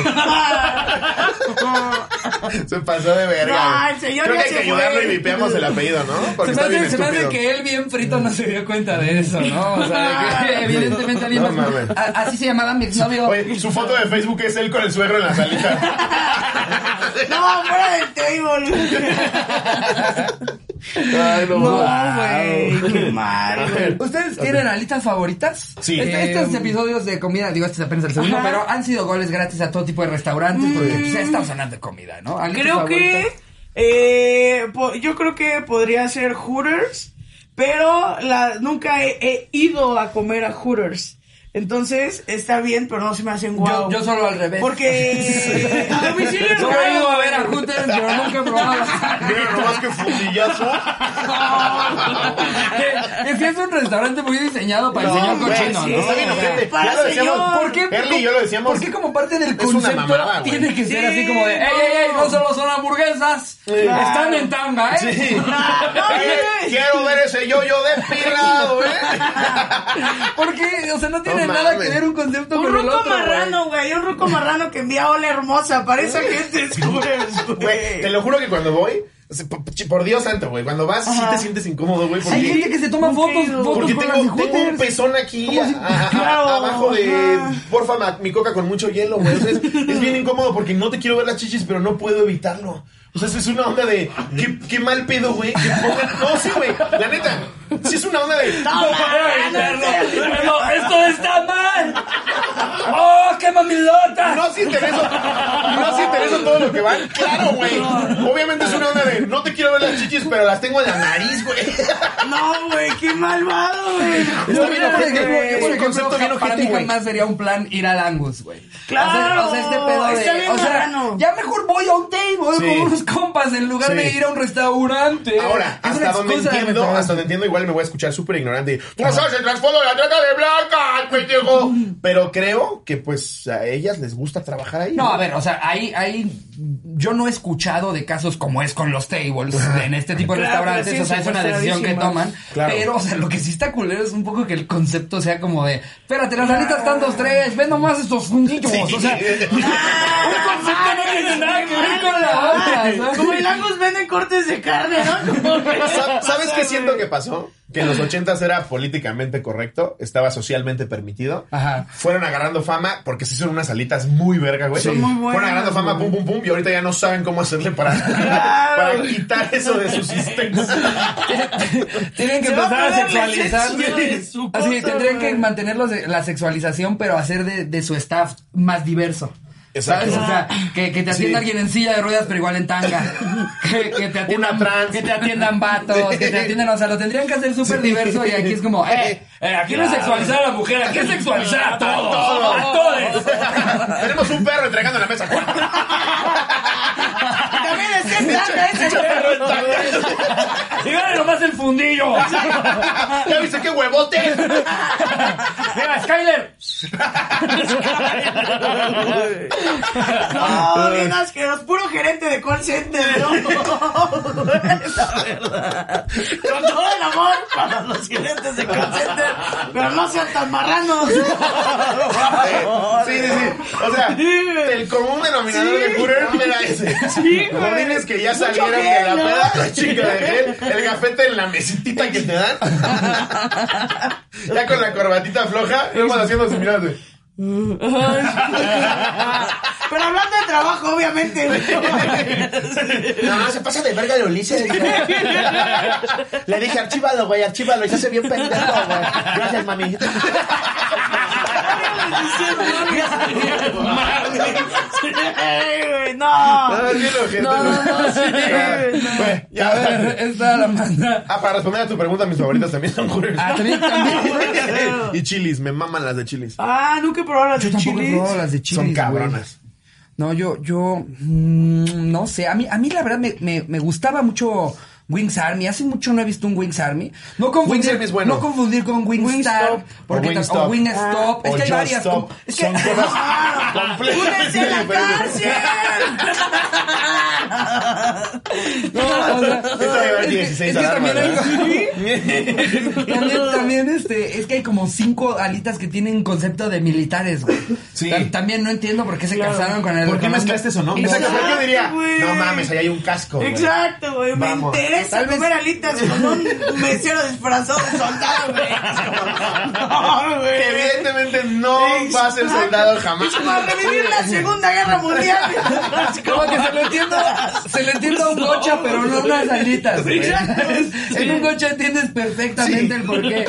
Se pasó de verga.
No, el
güey.
señor
Creo
ya
que hay
se
que ayudarlo
fue.
y vipeamos el apellido, ¿no? Porque
Se me,
está bien
hace, se me hace
estúpido.
que él bien frito no se dio cuenta de eso, ¿no? O sea,
*laughs*
que *laughs* evidentemente alguien
No
más...
mames.
A- Así se llamaba mi exnovio.
Oye, su foto de Facebook es él con el suegro en la salita.
No, fuera del table. güey.
Ay, no,
No, güey. Qué mal, güey.
¿Ustedes tienen alitas favoritas?
Sí.
Este-
Eh,
estos episodios de comida, digo, este es apenas el segundo,
Em. Ajá. Mm.
pero han sido goles gratis a todo tipo de restaurantes porque pues, ya estamos hablando de comida, ¿no? Alitas
Creo que.
favoritas.
eh, po- yo creo que podría ser Hooters, pero la, nunca he, he ido a comer a Hooters. Entonces está bien, pero no se me hacen guau.
Yo, yo solo al revés. *laughs*
Porque. a domicilio es
Solo
caro,
he ido a ver a
güey.
Hooters, pero nunca he probado
*laughs*
*laughs* las
Mira nomás que fusillazo.
Es que es un restaurante muy diseñado para el señor
güey,
cochino,
sí,
¿no?
Está bien,
O sea,
ojete.
Para
Ya lo decíamos.
señor.
¿Por qué?
Erly y yo lo decíamos.
¿Por qué como parte del
Es una
concepto
mamada, güey.
tiene que ser
Sí,
así como de, ey, ey, ey, no solo son hamburguesas, están en tanga, ¿eh?
*laughs*
*laughs*
Sí.
Ay,
Eh, Quiero ver ese yo-yo despirado, ¿eh?
Porque, o sea, no tiene
No
nada
mames.
que ver un concepto
Un
con el
ruco
otro,
marrano, güey. Un ruco marrano que envía ola hermosa. Para esa gente es Hooters,
Güey, te
güey.
lo juro que cuando voy, o sea, por, por Dios santo, güey, cuando vas sí te sientes incómodo, güey,
güey. Hay
porque,
gente que se toma
Nunca he
fotos,
ido.
fotos
porque
con las de
tengo, tengo un
Hooters.
pezón aquí a- a- a-
Claro,
abajo de,
ajá.
porfa, ma- mi coca con mucho hielo, güey. O sea, es, es bien incómodo porque no te quiero ver las chichis, pero no puedo evitarlo. O sea, es una onda de, qué, qué mal pedo, güey. que pongan- No, sí, güey, la neta, sí es una onda de...
No, marrano, güey.
Pero esto está mal. ¡Oh, qué mamilota!
No si intereso, no si intereso todo lo que van. Claro, güey. Obviamente es una onda de no te quiero ver las chichis, pero las tengo en la nariz, güey.
No, güey. Qué malvado, güey.
Yo,
Está bien,
yo, por
ojete,
ejemplo,
güey. Es un
yo, por ejemplo,
concepto bien
ja- para
ojete,
mí
güey.
jamás sería un plan ir al Angus, güey.
Claro,
O sea, o sea, este pedo de...
está bien
o sea,
marrano.
ya mejor voy a un table
Sí.
con unos compas en lugar
Sí.
de ir a un restaurante.
Ahora,
Es una
hasta donde
excusa de
entiendo,
restaurante.
hasta donde entiendo, igual me voy a escuchar súper ignorante. Tú no sabes el trasfondo de la trata de blancas, pendejo. Pero creo que, pues, a ellas les gusta trabajar ahí.
No, a ver, o sea, ahí, ahí yo no he escuchado de casos como es con los tables en este tipo de
Claro,
restaurantes,
sí,
o sea, es una decisión que toman,
Claro.
pero, o sea, lo que sí está culero es un poco que el concepto sea como de, espérate, las alitas están dos, tres, ven nomás estos fundillos, o sea,
Un concepto no
tiene nada que ver
con la otra, ¿sabes?
Como el Angus vende cortes de carne, ¿no? Como que-
*laughs* Sa- ¿Sabes qué
güey.
siento que pasó? Que en los ochentas era políticamente correcto, estaba socialmente permitido.
Ajá.
Fueron agarrando fama porque se hicieron unas alitas muy verga, güey.
Son muy buenas,
Fueron agarrando fama,
güey.
pum, pum, pum, y ahorita ya no saben cómo hacerle
*laughs*
para, para quitar eso de su sistema.
*laughs* tienen que
Se va a
empezar a
perder la
sexualizar.
esencia de su cosa,
Así, tendrían que
güey.
mantener los- la sexualización, pero hacer de, de su staff más diverso.
Exacto.
¿Sabes? O sea, que, que te atienda
Sí.
alguien en silla de ruedas, pero igual en tanga. Que, que te atiendan,
Una trans.
Que te atiendan vatos, que te atiendan, o sea, lo tendrían que hacer súper diverso y aquí es como, eh,
Eh, aquí no es sexualizar a la mujer, aquí es sexualizar a todos. A
*laughs*
todos.
*laughs* Tenemos un perro entregando en la mesa.
También es que tanga, es que-
Y vean nomás el fundillo.
¿Ya viste qué *laughs* huevote?
Mira, Skyler.
No, bien asqueroso. Puro gerente de call center, ¿no? *laughs* La verdad. Con todo el amor para los gerentes de call center, pero no sean tan marranos.
Sí, sí, sí. O sea,
Sí, güey.
el común denominador de Coorer era ese.
Sí, güey.
Godines que ya
Mucho
salieron de
gel,
la
¿no?
peda, la chica de *laughs* gel, el gafete en la mesitita que te dan. ya con la corbatita floja, vamos haciendo su mirada. güey.
Pero hablando de trabajo, obviamente. *laughs* ¿no?
No, Ah, se pasa de verga de Ulises. Le dije, archívalo, güey, archívalo. Y se hace bien pendejo, güey. Gracias, mami.
Ay, güey, no.
No, "Ah, sí, lo gente,
No, no, no, sí,
Ah,
güey, no.
Güey,
a ver, esta la manda.
Ah, para responder a tu pregunta, mis favoritas también son Hooters.
Ah, también, también.
*laughs* y chilis, me maman las de chilis.
Ah, nunca he probado las
Yo
de
tampoco he
chiles.
probado las de chiles,
Son
güey.
cabronas.
No, yo, yo, mm, no sé. A mí, a mí la verdad me, me, me gustaba mucho Wings Army. Hace mucho no he visto un Wings Army. No confundir,
Army es bueno.
no confundir con Wingstar.
Wingstop.
porque
O
o
Wingstop. O
Wingstop. es que hay
Just
varias.
Stop.
como- Es que, *laughs*
Son cosas completamente
¡Júrense en la
diferentes.
cárcel!
no, o
*laughs*
sea,
Esta debe haber
es que-
16
es que también *laughs*
alarmas,
hay, también, también, este, es que hay como cinco alitas que tienen concepto de militares, güey.
Sí.
Tam- También no entiendo por qué se casaron con el.
*laughs* ¿Por qué
con-
mezclaste eso, no?
Exacto.
Exacto, porque yo diría,
güey.
no mames, ahí hay un casco. güey.
Exacto, güey. Me
Vamos.
interesa
Tal vez-
comer alitas con un mesero disfrazado de soldado, güey. No, güey.
Que evidentemente no va a ser soldado jamás.
Es Para revivir la Segunda Guerra
*laughs*
Mundial.
Como que se lo entiendo, se lo entiendo a un gocha, pero no a unas alitas. güey. *laughs* En un gocha entiendes perfectamente el porqué.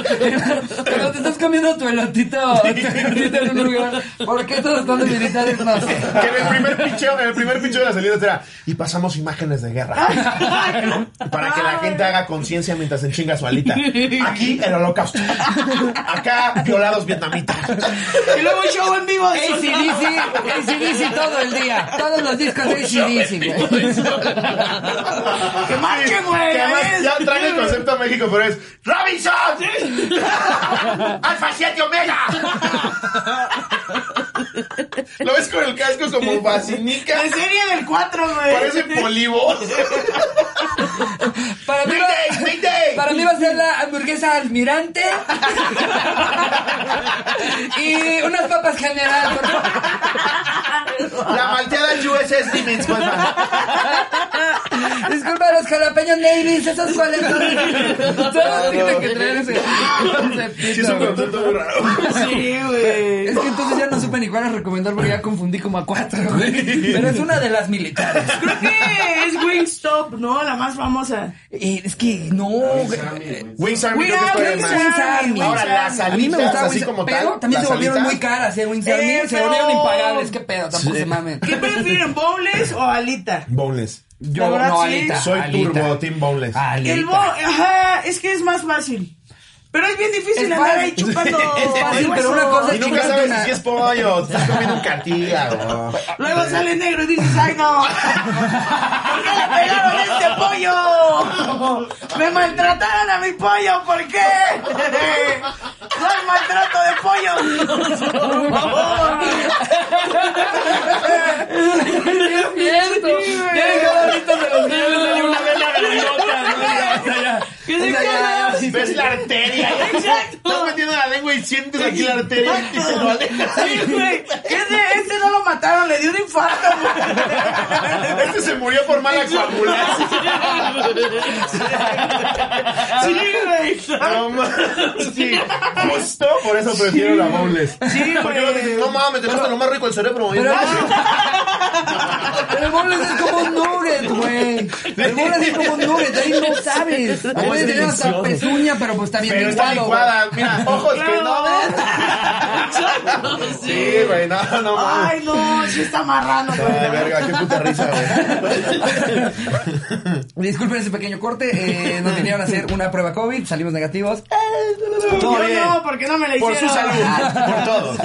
Pero te estás comiendo tu elotito, *laughs* tu elotito en un lugar. ¿Por qué todos están de militares? No sé.
Que en el primer picheo, en el primer picheo de las salidas era, y pasamos imágenes de guerra. Para que la gente haga conciencia mientras se chinga su alita. Aquí el holocausto. Acá violados vietnamitas.
Y luego un show en vivo de soldados.
ACDC, ACDC todo el día. Todos los discos de ACDC, güey.
¡Que marchen, güey!
Que además
¿ves?
ya traen el concepto a México, pero es ¡Robinson! ¡Alfa 7 Omega! Lo ves con el casco como vacinica.
De serie del 4, güey.
Parece polibos.
Para mí,
¡Mayday!
va,
¡Mayday!
para mí va a ser la hamburguesa almirante. Y unas papas general, por favor.
La malteada USS Demons, por favor.
Disculpa, los jalapeños Davis, ¿esos cuáles son? Todos tienen que traer ese conceptito,
Sí, es un
güey.
concepto muy raro.
Sí, güey.
Es que entonces ya no supe ni cuál es recomendar porque ya confundí como a cuatro, güey. Pero es una de las militares.
Creo que es Wingstop, ¿no? La más famosa.
Y es que no, güey.
Wings Army
Wings
creo que está de
Army,
más.
Wings
Army.
Ahora, las
A mí me
alitas,
gustaba
así
Wings-
como
pero
tal,
también se
las
volvieron
alitas.
muy caras, ¿eh? Wings Army.
Eso.
Se volvieron impagables, qué pedo, tampoco se mamen.
¿Qué prefieren, bowls o alita?
Boneless.
La
Yo
verdad,
no,
sí.
Alita.
Soy
Alita. Ah.
turbo, team boneless.
Alita.
El bo, ajá, es que es más fácil. Pero es bien difícil
Es
andar
fácil.
ahí chupando.
Es fácil,
el
pero una
hueso.
cosa
Y
es-
nunca
chingarte
sabes
una-
si es pollo o te estás comiendo un cartílago.
Luego sale negro y dices, ay no. ¿Por qué le pegaron a este pollo? Me maltrataron a mi pollo, ¿por qué? *laughs* Soy maltrato de pollo. Por favor.
Es cierto.
Sí, güey.
Ya dejaba Alita de *laughs* los niños.
Una vez la gaviota, ¿no? Ya, hasta ya.
Que se
O sea, ya,
queda-
ya, sí,
Ves
sí.
la arteria.
Exacto.
Estás metiendo la lengua y sientes aquí la arteria y te lo alejas.
Sí, güey. *laughs* Ese, ese no lo mataron, le dio un infarto, güey.
Este se murió por mala coagulación.
Sí, güey.
No mames. Sí, justo por eso prefiero la boneless.
Sí,
Porque luego
güey.
dicen, no mames, te gusta lo más rico el cerebro. Y
Pero,
no,
El Bowles es como un nugget, güey. El Bowles es como un nugget, ahí no sabes. Puedes tener hasta
delicioso.
pezuña, pero pues está bien
Pero está
licuado, güey.
licuada. Mira, ojos pues que no ven. Sí, güey, no, no mames.
*laughs* Ay, no, sí está marrano, güey.
Ay, verga, qué puta risa, güey.
Disculpen ese pequeño corte.
*laughs*
Eh, nos vinieron a hacer una prueba COVID, salimos negativos.
Todo
Yo
bien.
no, porque no me la
Por
hicieron.
su salud, por todo.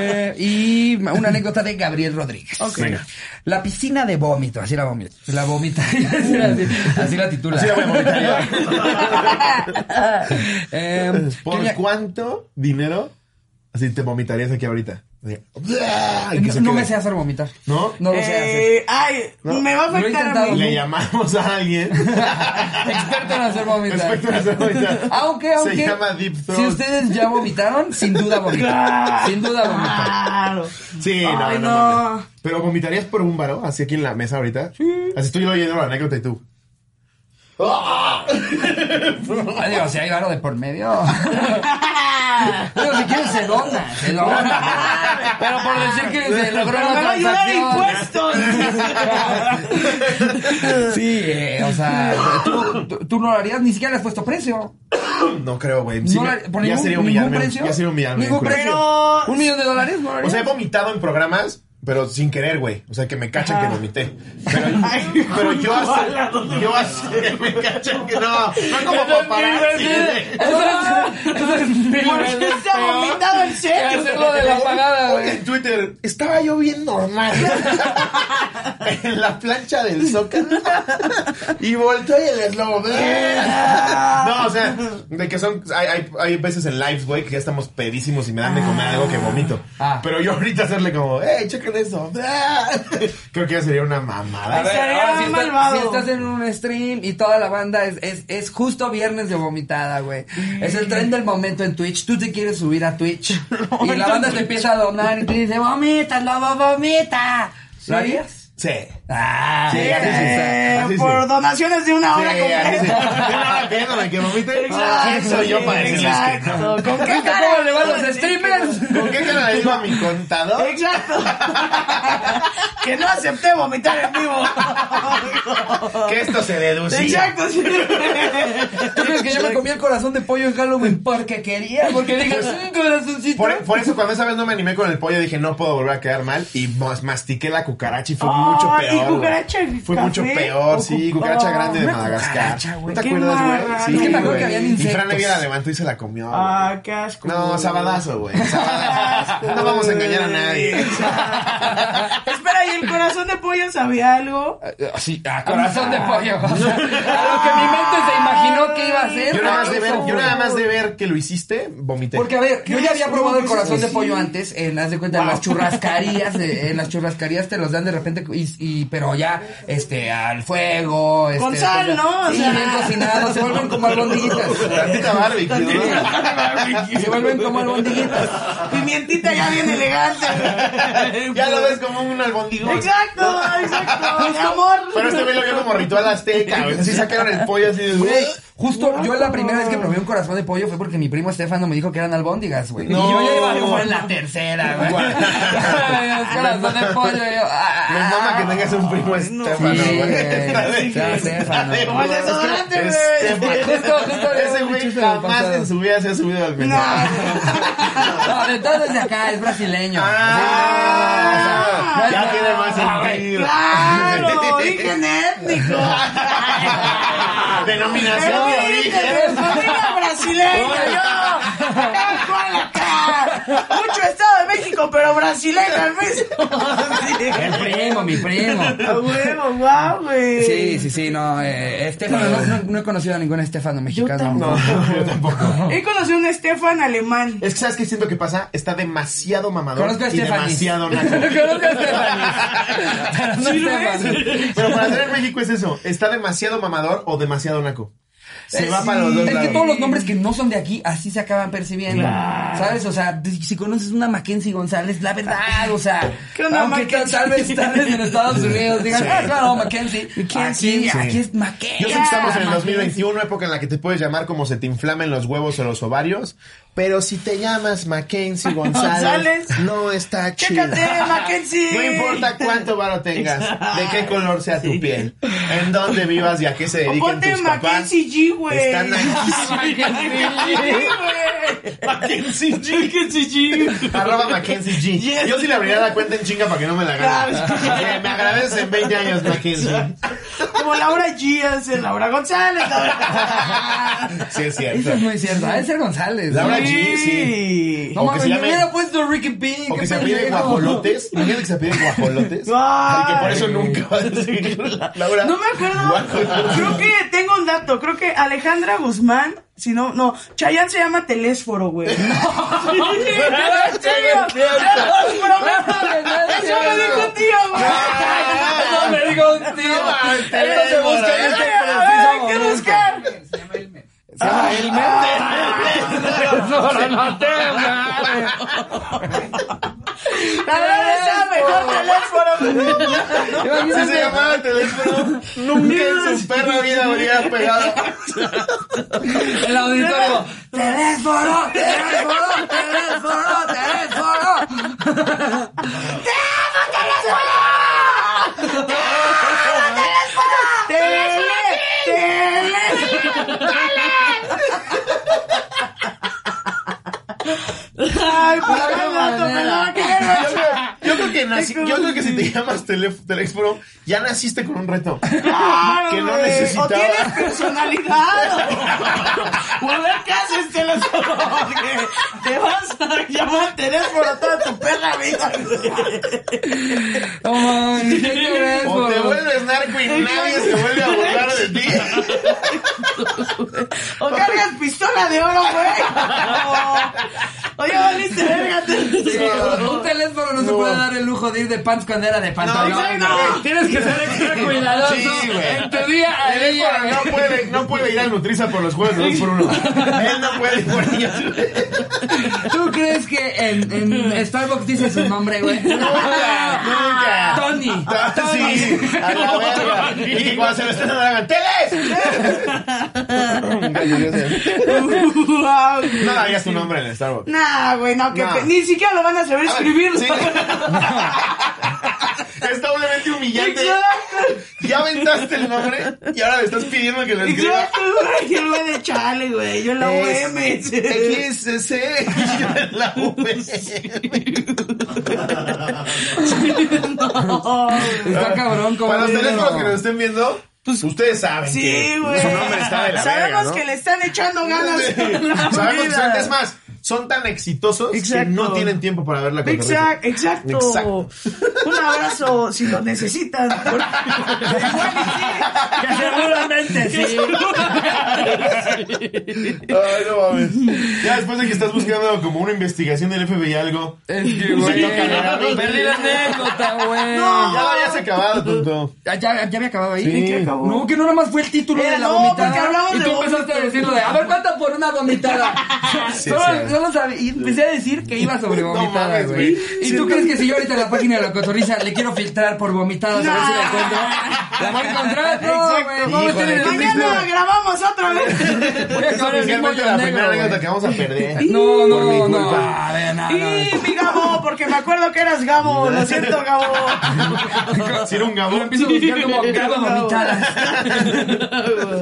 Eh, y una anécdota de Gabriel Rodríguez.
Venga.
La piscina de vómito, así la vomita.
*laughs*
La vomita. así, así la titula.
Así la voy a vomitar yo.
*laughs* Eh,
¿Por
quería-
cuánto dinero así te vomitarías aquí ahorita? Así, ¡Bleh! Y que
no,
se
no
quede.
me sé hacer vomitar.
¿No?
No lo sé hacer.
Eh, ay,
No.
me va a
Lo he
afectar
*laughs*
a
intentado.
mí.
Le llamamos a alguien. *laughs*
Experto en hacer vomitar.
Experto en hacer vomitar.
Aunque, aunque.
Se llama Deep Throat.
Si ustedes ya vomitaron, sin
*laughs*
duda vomitan. sin duda vomitan.
Claro.
Sí, no,
Ay,
no.
no.
mames. Pero vomitarías por un varo, así aquí en la mesa ahorita. Así estoy oyendo la anécdota y tú. *clears throat*
Ah, Digo, si hay varo de por medio. *laughs* Pero si quieren, se dona. Se dona. Pero por decir que se logró
Pero me va
la
a ayudar en
transacción.
impuestos.
Sí, eh, o sea, tú, tú- tú no lo harías, ni siquiera le has puesto precio.
No creo, güey. Sí,
No
ya-
la- por
ya
ningún,
sería
ningún
humillarme.
precio.
Ya sería humillarme.
Ningún
creo.
precio.
Pero-
Un millón de dólares, ¿no? lo
O sea, he
harías?
vomitado en programas, pero sin querer, güey. O sea, que me cachan que vomité.
*laughs*
Pero,
Ay,
pero yo
koala,
hace. Yo hace. Que me cachan que no. No como paparazzi.
*laughs*
güey.
¿Por qué se ha vomitado en serio?
hacerlo de la pagada,
Ponte
güey.
En Twitter, estaba yo bien
*laughs*
normal. en la plancha del Zócalo. y volteo y el eslobo. no, o sea, de que son. Hay, hay, hay veces en lives, güey, que ya estamos pedísimos y me dan de comer algo que vomito.
Ah.
Pero yo ahorita hacerle como, ¡eh, chequen eso! *laughs* Creo que ya sería una mamada.
A ver,
Estaría
ahora si estás,
malvado.
si estás en un stream y toda la banda es, es, es justo viernes de vomitada, güey. Es el tren del momento en Twitch. Tú te quieres subir a Twitch y la banda te empieza a donar y te dice, vomita, lobo, vomita. ¿Lo harías?
Sí.
Ah,
Sí, así sí,
Eh,
así sí.
por donaciones de una hora
Sí, así *laughs* sí.
completa.
Una hora pidiéndome que vomite. ¿Quién soy yo para decirles que no?
exacto. ¿Con qué
¿Viste
cara?
cómo le van los
*laughs*
streamers?
¿Con qué cara le digo a mi contador?
Exacto. que no acepté vomitar en vivo.
Que esto se deducía.
Exacto, sí.
¿Tú crees que yo me comí el corazón de pollo en Halloween porque quería? Porque dije, "Mm, corazoncito.
Por, por eso cuando esa vez no me animé con el pollo dije no puedo volver a quedar mal y mas- mastiqué la cucaracha y fue
Ah,
mucho
¿y
peor. güey.
cucaracha en
fue
café
mucho
o
peor, sí,
cu-
cucaracha
ah,
grande de
una
Madagascar.
cucaracha, güey,
¿No te
qué
acuerdas, güey?
marrano.
Sí,
Es que me
acuerdo que
güey.
habían
Y Fran
insectos.
Evia la levantó y se la comió. güey.
Ah, qué asco.
no, sabadazo, güey. Sabadazo. No vamos a engañar a nadie.
Exacto. *laughs* Espera, ¿y el corazón de pollo sabía algo?
Sí,
ah,
a corazón de pollo. O sea, a lo que mi mente se imaginó que iba a ser.
Yo nada más de ver,
eso,
yo nada
güey.
más de ver que lo hiciste, vomité.
Porque a ver, yo ya había
asco,
probado el
qué
pues,
corazón de
asco.
pollo antes, en haz de cuenta en las
*laughs*
churrascarías, eh, en las churrascarías te los dan de repente y, y- pero ya este al fuego, este,
Con sal, ¿no? O
sí,
sea.
bien cocinado, se vuelven
*laughs*
como albondiguitas.
Tantita barbecue. ¿no?
se vuelven como albondiguitas.
Pimientita ya bien elegante. güey.
Ya lo ves como un albondigón.
Exacto, exacto. Mi amor.
Pero este güey lo vio como ritual azteca, güey. Así sacaron el pollo así de...
Güey, justo yo la primera vez que probé un corazón de pollo fue porque mi primo Estefano me dijo que eran albóndigas, güey.
No.
Y yo ya iba como en la tercera, güey.
*laughs*
Ay, *laughs* es corazón de pollo, y yo. ah,
Me mama que tengas un primo Estefano,
Sí,
*laughs* güey.
güey.
Está de-
Sea Estefano.
está de-
Como el
desodorante, güey.
Estefano.
*laughs* Justo, justo había
Ese
un
güey
chiste del
jamás
pasado.
en su vida se ha subido al menú.
No, de todos de acá, es brasileño.
Ah,
Sí, o sea, no
ya
es-
tiene más
Ah, güey.
sentido.
Claro, origen étnico.
*laughs* Denominación
Pero
de
fíjate,
origen.
familia brasileña, yo. Tal cual acá. Mucho Estado de México, pero brasileña
*laughs*
al
El
mismo.
primo, mi primo.
A huevo, guau, güey.
Sí, sí, sí, no. Eh, Estefano, no, no- no he conocido a ningún Estefano mexicano.
No, yo
*laughs*
tampoco.
He conocido a un Estefan alemán.
Es que sabes qué siento que pasa, está demasiado mamador
Conozco a
y
Stephanie.
demasiado naco.
*laughs* Conozco a Estefano. Pero no
Sí, lo
Estefano.
Pero para hacer en México es eso, está demasiado mamador o demasiado naco. Se
Eh,
va
sí.
para los dos
Es que
lados.
todos los nombres que no son de aquí, así se acaban percibiendo.
Claro.
¿Sabes? O sea, si si conoces una Mackenzie González, la verdad,
*laughs*
o sea.
¿Qué onda,
aunque ta-
Mackenzie?
Tal vez, tal vez en Estados Unidos digan,
Sí.
ah, claro, Mackenzie.
Mackenzie,
Aquí,
sí.
aquí es Mackenzie. Ah,
Yo sé que estamos en el
Mackenzie.
2021, época en la que te puedes llamar como se te inflamen los huevos o los ovarios, pero si te llamas
*laughs*
Mackenzie González,
González.
no está chido. *laughs*
Chécate, Mackenzie.
No importa cuánto varo tengas, de qué color sea tu piel, en dónde vivas y a qué se
O
dediquen
ponte
tus papás.
Mackenzie G, güey.
Están
*laughs*
aquí. *laughs*
Mackenzie G, güey. Mackenzie G. Mackenzie G.
Arroba Mackenzie G.
*laughs* Yes. Ah,
Yo sí le abriría la cuenta en chinga para que no me la gane.
Claro, es que-
Eh, me agradeces en 20 años, Mackenzie.
*laughs* Como Laura G hace Laura González. Laura...
Sí, es
Eso
cierto.
es muy cierto. Ha de ser
*laughs*
González.
Laura
Sí.
G, sí.
No
O que
mames,
se
me
llame-
hubiera puesto Ricky Pink.
O
qué
que se apellide
pendejo. *laughs*
guajolotes. Imagínate que se apellide guajolotes.
*laughs* Ay.
Y que por eso nunca va a decir Laura.
No me acuerdo.
Guajolotes.
Creo que tengo un dato. Creo que Alejandra Guzmán, si no, no, Chayanne se llama Telésforo, *laughs* güey. Sí, Ah, en serio. Te los prometo. Eso me dijo tío, güey.
Ah, No me digo un tío.
Ah,
Entonces
Ah,
busca en este
A ver, Eh, hay que
preciso
buscar.
momento. Se llama Elmer.
La verdad es mejor teléfono.
Si se llamaba el
*laughs*
teléfono, nunca en su perra vida habría pegado.
El auditorio. *laughs* ¡Ah,
Telésforo.
¡Teléfono! ¡Teléfono! ¡Teléfono!
Tele. Tele. Ay, por favor, dato, pelón, *laughs* que-
Yo creo, yo creo que nací- yo creo que si te llamas tele- teléfono, ya naciste con un reto.
Claro,
Que no
güey.
necesitaba.
O tienes personalidad. o a ver qué haces, teléfono. Porque te vas a llamar teléfono toda tu perra vida.
No mames, qué
*laughs* O te
teléfono.
vuelves narco y nadie se vuelve a burlar de ti.
O cargas pistola de oro, güey. O, o ya valiste verga. teléfono.
*laughs* Un teléfono no se puede dar el lujo de ir de pants cuando era de pantalón.
exacto.
güey.
Tienes que ser extra cuidadoso
Sí, güey.
en tu día a día.
Teléfono no puede, no puede ir a Nutriza por los juegos de dos por uno. Él no puede ir por ellos.
*laughs*
¿Tú crees que en, en Starbucks dice su nombre,
*laughs*
güey?
Nunca, nunca.
Tony.
Ah, Sí, a la verga. Y que cuando se lo estén hagan ¡Teles!
Guau.
No darías tu nombre en el Starbucks.
Nah, güey, no, que
Nah. Ah,
pe- ni siquiera lo van a saber escribir.
Sí. *laughs* Es doblemente humillante.
Exacto,
Ya aventaste el nombre y ahora le estás pidiendo que lo escriba.
exacto, güey. Yo voy de chale, güey. Yo en la
Es-
UM.
XCC *laughs* la V.
*laughs* No, güey.
Está cabrón como.
Para los teléfonos que nos estén viendo, ustedes saben
Pues, Sí,
que
güey.
su nombre está de la verga,
Sabemos
¿no?
que le están echando ganas.
Sí.
con la
Sabemos que
vida.
son- es más, son tan exitosos
Exacto.
que no tienen tiempo para ver la
Exact-
competencia.
exacto. Un abrazo si
*laughs*
lo necesitan. Por- Igual y sí.
Que seguramente sí.
Ay, no mames. *laughs* Ya después de que estás buscando como una investigación del FBI algo,
Es que,
Sí,
güey.
cabrón.
Perdí la anécdota, güey.
No.
ya lo habías acabado, tonto.
Ah, ¿Ya, ya había acabado ahí?
Sí.
¿Qué acabó? No, que no nada más fue el título
Era,
de la
no,
vomitada.
porque hablamos
y
de
tú empezaste
vómito.
a decirlo de, a ver, ¿cuánto por una vomitada?
*laughs* Sí,
solo,
sí.
solo sabía, y empecé a decir que iba sobre
No
vomitada,
mames,
güey.
güey.
¿Y tú crees que si yo ahorita en la página de la cotorriza le quiero filtrar por vomitadas a ver si la encuentro? ¿La voy a encontrar? No, güey.
Híjole,
Vamos a tener
qué
el mismo.
Mañana grabamos otra vez.
Voy a
Es
acabar el mismo
oficialmente la
negro,
primera
güey.
anécdota que vamos a perder.
*laughs* No,
Por mi
no, no.
culpa.
A ver, nada.
Y mi Gabo, porque me acuerdo que eras Gabo. Lo siento, Gabo.
*laughs* Si era un
Lo
gabón.
empiezo a
*laughs*
buscar como Gabo
Gabo.
vomitadas.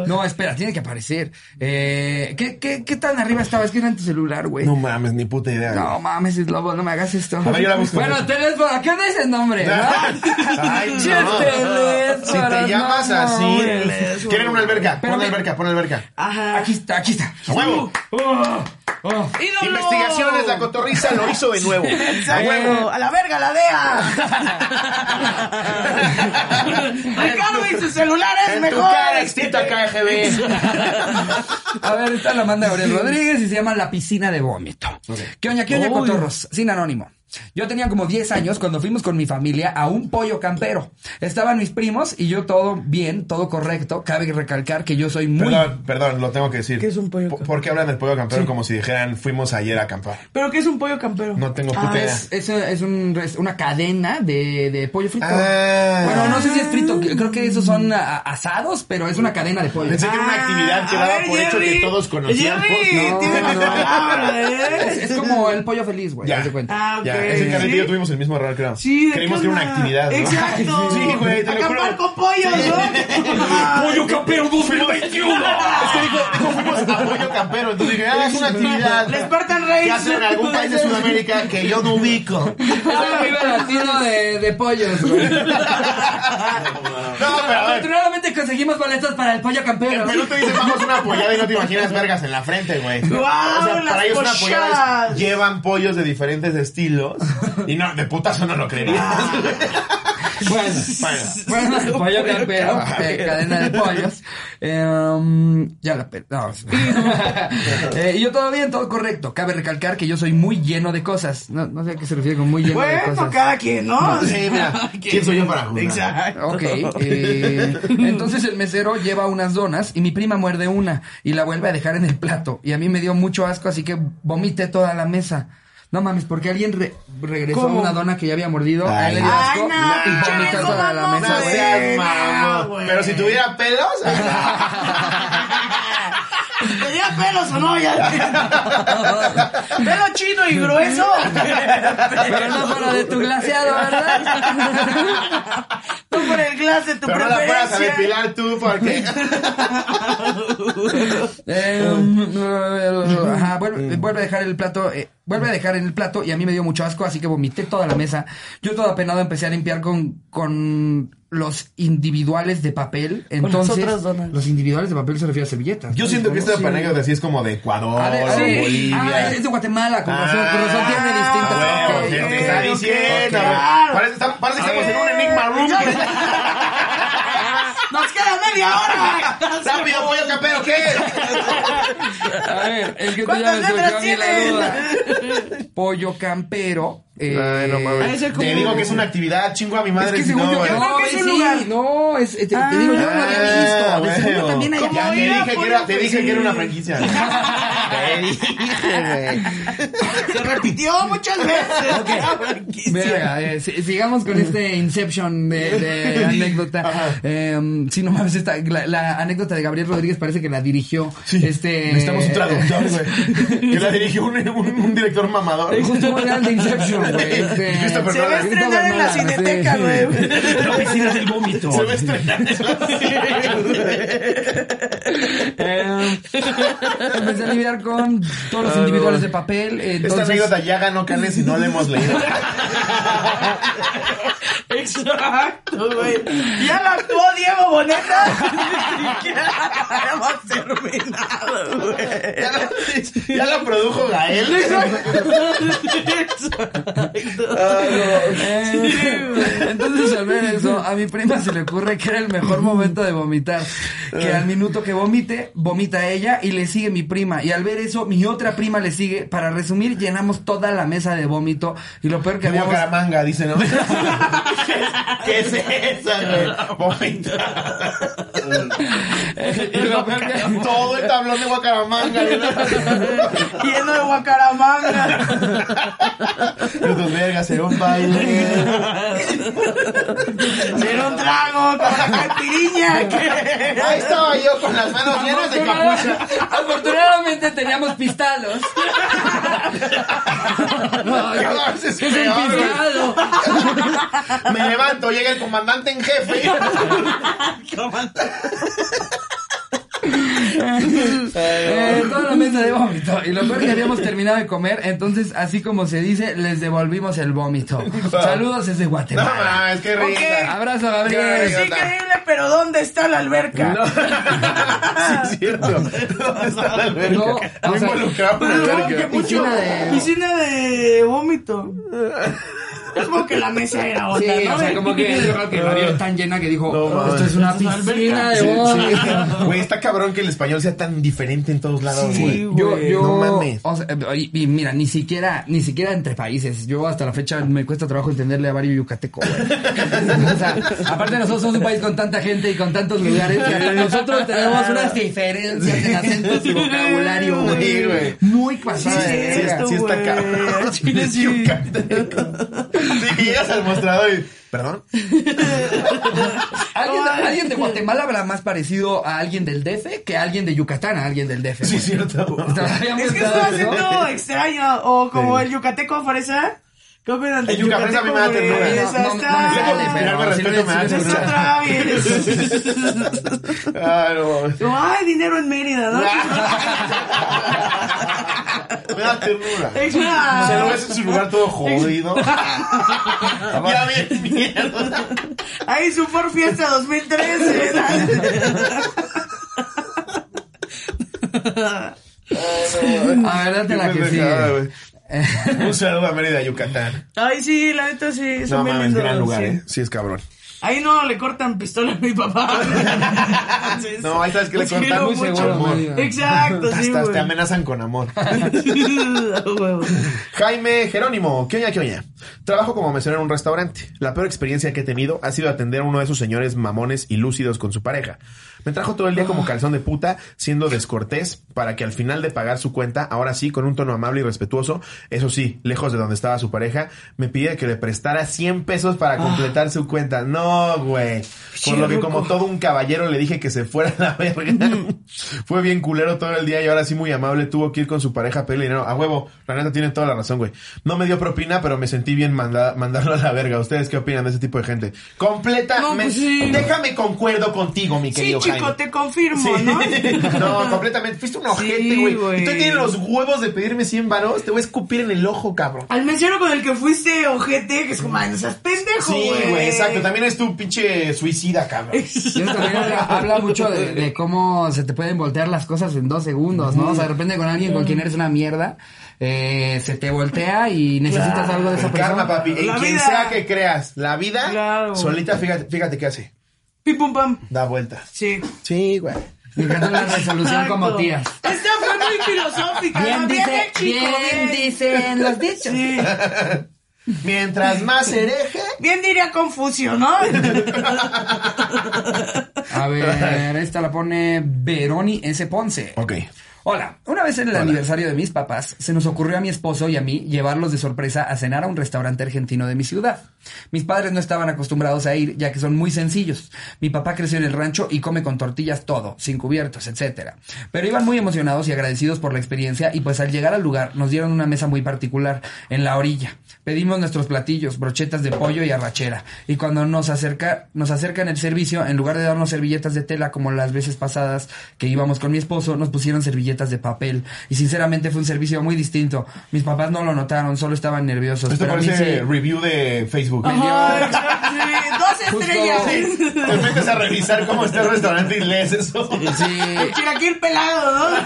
No, espera, tiene que aparecer. Eh, ¿qué, qué, ¿Qué tan arriba estaba? Es que era en tu celular, güey.
No
No.
mames, ni puta idea. *laughs* güey.
mames, es lobo, no me hagas esto.
ver, yo la busco.
Bueno, teléfono, ¿qué onda ese
*laughs*
nombre? Ah,
Ay, no.
Che, teléfono,
Si te llamas
no,
así,
hombre.
quieren una alberca, pon
Espérame.
la alberca, pon la alberca.
Ajá.
Aquí está, aquí está. Uh,
¡A huevo!
Oh,
Ídolo.
Investigaciones, la cotorriza lo hizo de nuevo. ¡A
Exacto.
huevo!
A la verga, la
*laughs*
DEA. Ricardo y su celular es
En tu
mejor.
cara, extinta KGB.
A ver, esta la manda Gabriel Rodríguez y se llama La Piscina de Vómito. ¿Qué oña, qué oña, cotorros? Sin anónimo. Yo tenía como 10 años cuando fuimos con mi familia a un pollo campero. Estaban mis primos y yo todo bien, todo correcto. Cabe recalcar que yo soy muy...
Perdón, perdón, lo tengo que decir.
¿Qué es un pollo
Po-
campero?
¿Por qué hablan del pollo campero como si dijeran fuimos ayer a acampar?
¿Pero qué es un pollo campero?
No tengo
Ah,
puta idea.
Es, es- es un res- una cadena de, de pollo frito.
Ah.
Bueno, no sé si es frito, creo que esos son a- asados, pero es una cadena de pollo.
Pensé que era una actividad que
Ah, a
daba
ver,
por hecho
Jerry.
que todos conocíamos.
Jerry,
No,
tiene la
no.
palabra, ¿eh?
Es, es como el pollo feliz, güey.
Ya.
haz de cuenta.
Ah, ok.
Ya, ese Carlito y yo
Sí.
tuvimos el mismo error, creo.
Sí, ¿de
Creímos
qué
que era una
onda?
actividad, ¿no?
Exacto.
Sí, güey, te lo juro.
Acampar con pollos,
*laughs*
¿no?
¡Pollo campero 2021!
Es que dijo, dijo, fuimos a pollo campero. Entonces dije, ah, es una actividad
Les partan
que
reyes.
hacen en algún país de Sudamérica que yo no ubico.
Estaba arriba de la tienda de, de pollos, güey.
*laughs* No, pero a ver.
Afortunadamente conseguimos boletos para el pollo campero.
Pero te dicen vamos a una pollada y no te imaginas vergas en la frente, güey.
¡Guau, las
para ellos una pollada
pochadas!
es, llevan pollos de diferentes estilos y no, de putazo no lo
Ah.
*laughs* creerías.
Bueno, bueno, el pollo campero, eh, cadena de pollos. Em, ya la pe- no. *laughs* Eh, y yo todo bien, todo correcto. Cabe recalcar que yo soy muy lleno de cosas. No, no sé a qué se refiere con muy lleno de
Bueno,
cosas.
cada quien, ¿no?
Sí,
*laughs*
mira, ¿quién soy yo para juzgar?
Exacto. *laughs*
Ok, eh, entonces el mesero lleva unas donas y mi prima muerde una y la vuelve a dejar en el plato. Y a mí me dio mucho asco, así que vomité toda la mesa. No mames, porque alguien re- regresó
¿Cómo?
una dona que ya había mordido, a él le dio
Ay,
asco
no,
y vomitó
chaleco,
toda la
mamón,
mesa,
No
güey.
seas
güey.
mamón.
güey.
Pero si tuviera pelos.
¿Te lleva pelos o no? Ya.
*laughs*
*laughs* ¿Pelo chino y grueso?
Pero no para de tu
*laughs*
glaseado, ¿verdad?
Tú por el glass de *laughs* tu
Pero no la
preferencia.
fueras a depilar tú porque.
Eh, mm, ajá, vuelve, vuelve a dejar el plato, eh, vuelve a dejar en el plato y a mí me dio mucho asco, así que vomité toda la mesa. Yo todo apenado empecé a limpiar con, con los individuales de papel. Entonces,
otras donas.
los individuales de papel se refiere a servilletas.
Yo siento que esta Oh,
para
anécdota sí es como de Ecuador,
Ah, de- sí. Ah,
Bolivia.
es de Guatemala, con razón, con razón tiene
Ah,
distintas.
Ah,
Ok,
huevo, ¿qué te está
ok,
ok,
diciendo?
claro.
Parece, estamos- parece que estamos en un Enigma
*laughs*
Room.
¡Nos queda media
*laughs*
hora!
¡Rápido, pollo campero, qué!
A ver, el que tú ya
¿Cuántas
me surgió a
letras
mí la duda.
tienen?
Pollo campero. eh,
Ay, no mames.
Ese como-
Te digo que es una actividad, chingo a mi
Es
madre.
que
si
según
no,
yo,
güey.
creo que es
ves,
un lugar.
No, es, eh, te, te digo, yo no lo había
Ah,
visto. De
huevo.
seguro también hay
¿Cómo
Ya
allá.
te
ir a
dije que
pollo
era, te dije
campero?
que era una
*laughs*
franquicia. te dije, güey.
Se repitió muchas veces. La franquicia.
Verga, eh, si- sigamos con este Inception de, *laughs* de anécdota. Eh, sí, no mames, esta, la, la anécdota de Gabriel Rodríguez parece que la dirigió. este,
Necesitamos un
*laughs*
traductor, güey. Que la dirigió un, un- un director mamador.
Es un real de Inception, *laughs* güey. Este,
Christopher
Se va a
Nolan.
estrenar en la
Sí.
cineteca, güey. *laughs*
La piscina del vómito.
Se va a estrenar en la
eh, empecé a lidiar con todos los individuales de papel.
Esta
Entonces,
anécdota ya ganó Canes y no la hemos *laughs* leído.
Exacto, güey. Ya la actuó Diego Boneta. Ni siquiera la hemos terminado, güey.
Ya la, ya la produjo Gael.
Eh, *laughs* Entonces al ver eso, a mi prima se le ocurre que era el mejor momento de vomitar. Que al minuto que vomite, vomita ella y le sigue mi prima. Y al ver eso, mi otra prima le sigue. Para resumir, llenamos toda la mesa de vómito. Y lo peor que
Como
habíamos...
Caramanga, dice, ¿no? *laughs* ¿Qué es eso, güey? Vomita.
y lo
*laughs*
peor que-
Todo el tablón de ¿eh? Guacaramanga.
Lleno de guacaramanga.
Los dos vergas, era un baile.
Era un trago con la cantiriña. Que...
Ahí estaba yo con las manos llenas de capucha.
Afortunadamente teníamos pistalos.
Cada vez es
¿Qué es un
peor, güey.
pistalo?
Me levanto, llega el comandante en jefe.
Eh, toda la mesa de vómito. Y lo peor que habíamos terminado de comer, entonces, así como se dice, les devolvimos el vómito. Saludos desde
No,
Guatemala.
no, es que rica.
Abrazo,
Es
Gabriel.
increíble, pero ¿dónde está la alberca?
Sí, es *laughs* cierto. ¿Dónde está la alberca?
No,
No
o sea,
involucraba la
no,
alberca.
que- Piscina de-
Piscina de vómito. Es como que la mesa era
Sí,
otra, ¿no?
o sea, como que yo creo que la vio tan llena que dijo, "Oh,
No, mames.
esto es una
Esto es una
piscina
alberca".
de bodas. *laughs*
Sí. Güey, está cabrón que el español sea tan diferente en todos lados,
Sí,
güey.
güey.
Yo, yo,
No mames.
o sea, y, y mira, ni siquiera, ni siquiera entre países. Yo hasta la fecha me cuesta trabajo entenderle a varios yucatecos, güey. *laughs* O sea, aparte nosotros somos un país con tanta gente y con tantos lugares que hasta nosotros tenemos unas diferencias en acentos y vocabulario,
Sí,
güey.
güey.
Muy
Sí,
pasada.
sí,
de
sí,
verga.
está- *laughs* sí está
güey.
cabrón.
Chile, sí.
Sí, que llegas al mostrador y. ¿Perdón?
¿Alguien,
Ay.
alguien de Guatemala habla más parecido a alguien del DF que a alguien de Yucatán, a alguien del DF.
Sí,
güey.
es cierto.
Estaría muy
Es que
raro,
está
¿no?
haciendo extraño. O como
Sí.
el yucateco fresa. ¿Qué opinan del
El yuca fresa a mí me da
yucateco,
ternura.
güey?
No,
Esa
no,
está-
no,
Luego de
pero
inspirarme
sí
respeto
le-
me da
sí le-
Esa
ternura.
otra vez.
Ay, Ah, no mames.
Como, Ay, dinero en Mérida, ¿no?
Me da ternura.
Es una-
Se lo ves en su lugar todo jodido. ya bien, mierda.
Ahí su por fiesta 2013.
A ver, date
Qué
la que
pendejada,
sigue.
güey. Un saludo a Mérida, Yucatán.
Ay, sí, la neta sí. es
No
un bien
mames,
lindo,
gran lugar,
sí.
¿eh? Sí, es cabrón.
Ahí no le cortan pistola a mi papá. Entonces,
*laughs* No, ahí sabes que le
los
cortan
quiero
muy
mucho.
seguro, amor.
Mérida.
Exacto, sí,
Hasta te
güey.
amenazan con amor.
*laughs*
A huevo.
Jaime Jerónimo, ¿qué oña, qué oña? Trabajo como mesero en un restaurante. La peor experiencia que he tenido ha sido atender a uno de esos señores mamones y lúcidos con su pareja. Me trajo todo el día como calzón de puta, siendo descortés, para que al final de pagar su cuenta, ahora sí, con un tono amable y respetuoso, eso sí, lejos de donde estaba su pareja, me pide que le prestara 100 pesos para completar su cuenta. No, güey. Por lo que como todo un caballero le dije que se fuera a la verga. Fue bien culero todo el día y ahora sí muy amable. Tuvo que ir con su pareja a pedirle dinero. A huevo, la neta tiene toda la razón, güey. No me dio propina, pero me sentí bien manda- mandarlo a la verga. ¿Ustedes qué opinan de ese tipo de gente? Completamente.
No, pues sí.
Déjame concuerdo contigo, mi
Sí,
querido
chico,
Jaime.
te confirmo,
Sí. *laughs*
¿no?
no, completamente. Fuiste un ojete,
Sí,
güey.
güey.
Y tú tienes los huevos de pedirme 100 varos. Te voy a escupir en el ojo, cabrón.
Al mesero con el que fuiste ojete, que es como, "Ay, no seas pendejo,
Sí,
güey.
güey, exacto. También es tu pinche suicida, cabrón.
Y eso también habla, habla mucho de, de cómo se te pueden voltear las cosas en dos segundos, ¿no? O sea, de repente con alguien con quien eres una mierda, eh, se te voltea y necesitas algo de esa
El karma,
persona.
papi. En
La
quien
vida.
sea que creas, la vida
Claro.
solita, fíjate, fíjate qué hace.
*laughs* Pim, pum, pam.
Da vueltas.
Sí.
Sí, güey.
Me encanta la resolución como
Exacto.
tías.
Esta fue muy filosófica. ¿no? el chico, bien.
dicen los dichos.
Sí.
Mientras más hereje.
Bien diría Confucio,
*laughs*
¿no?
A ver, esta la pone Veroni S. Ponce.
Ok.
Hola, una vez en el aniversario de mis papás, se nos ocurrió a mi esposo y a mí llevarlos de sorpresa a cenar a un restaurante argentino de mi ciudad. Mis padres no estaban acostumbrados a ir, ya que son muy sencillos. Mi papá creció en el rancho y come con tortillas todo, sin cubiertos, etcétera. Pero iban muy emocionados y agradecidos por la experiencia y pues al llegar al lugar nos dieron una mesa muy particular, en la orilla. Pedimos nuestros platillos, brochetas de pollo y arrachera. Y cuando nos acerca, nos acercan el servicio, en lugar de darnos servilletas de tela como las veces pasadas que íbamos con mi esposo, nos pusieron servilletas de papel. Y sinceramente fue un servicio muy distinto. Mis papás no lo notaron, solo estaban nerviosos.
Esto
pero a mí
parece
sí.
review de Facebook.
Ay, exacto, sí. Dos estrellas.
Te metes a revisar cómo está el restaurante y lees eso.
Sí.
El chiraquil pelado,
*laughs*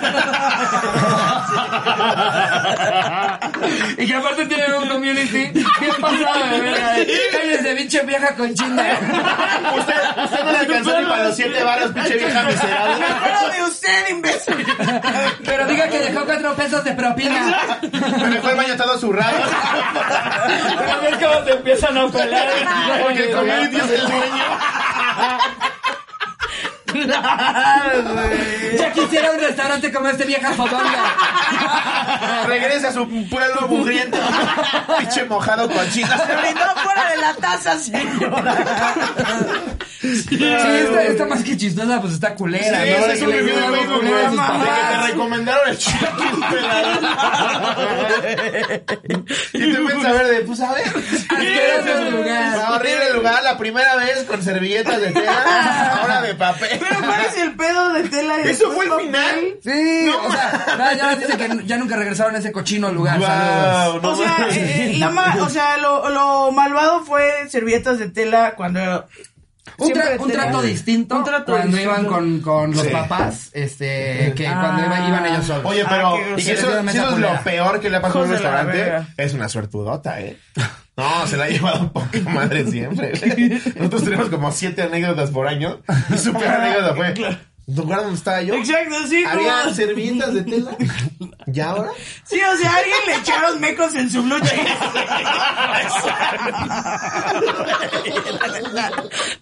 *laughs*
Y que aparte tienen un *laughs* community bien pasado de verga. Cállense, pinche vieja con chinga.
Usted, usted no le alcanzó ni para los siete varos, pinche vieja
¿no? Me
miserable.
acuerdo de usted, imbécil.
Pero diga que dejó cuatro pesos de propina.
Me dejó el baño todo zurrado.
Pero ves cómo te empiezan a
*laughs*
pelar.
Porque el community es el dueño.
Ya quisiera un restaurante como este vieja fodonga.
Regresa a su pueblo mugriento. Pinche mojado con chinas.
Se brindó fuera de la taza, señora.
Sí, está, está más que chistosa, pues está culera.
Sí,
¿no?
ese
De
es
que
un
le
review de
hicieron algo
Facebook,
culero a
güey.
sus
De que
papás.
te recomendaron el chilaquil *laughs* pelado. y tú piensas a ver de, pues a ver.
Asqueroso lugar.
Está Ah, horrible el lugar, la primera vez con servilletas de tela, ahora de papel.
Pero ¿cuál es el pedo de tela? y
¿Eso fue el
papel?
final?
Sí, o sea, ya- ya dice que ya nunca regresaron a ese cochino lugar. Saludos.
Wow, no
O sea,
mames.
eh, la ma- o sea lo, lo malvado fue servietas de tela cuando...
Un, tra-
Siempre
un
tela.
trato distinto
Un trato
cuando
distinto.
iban con, con los
Sí.
papás, este, que
Ah.
cuando iba- iban ellos solos.
Oye,
Ah,
pero
qué
y
grosero.
que eso,
Mesa
si eso es
culera.
lo peor que le ha pasado a un
Hijos de la
restaurante.
verga.
Es una suertudota, ¿eh? No, se la ha llevado un poco *laughs* madre
*laughs*
siempre. Nosotros tenemos como siete anécdotas por año. Y su peor anécdota fue. ¿Lugar donde estaba yo?
Exacto, sí,
¿Había
como-
servilletas de tela? ¿Y ahora?
Sí, o sea, a alguien le echaron mecos en su blue jeans.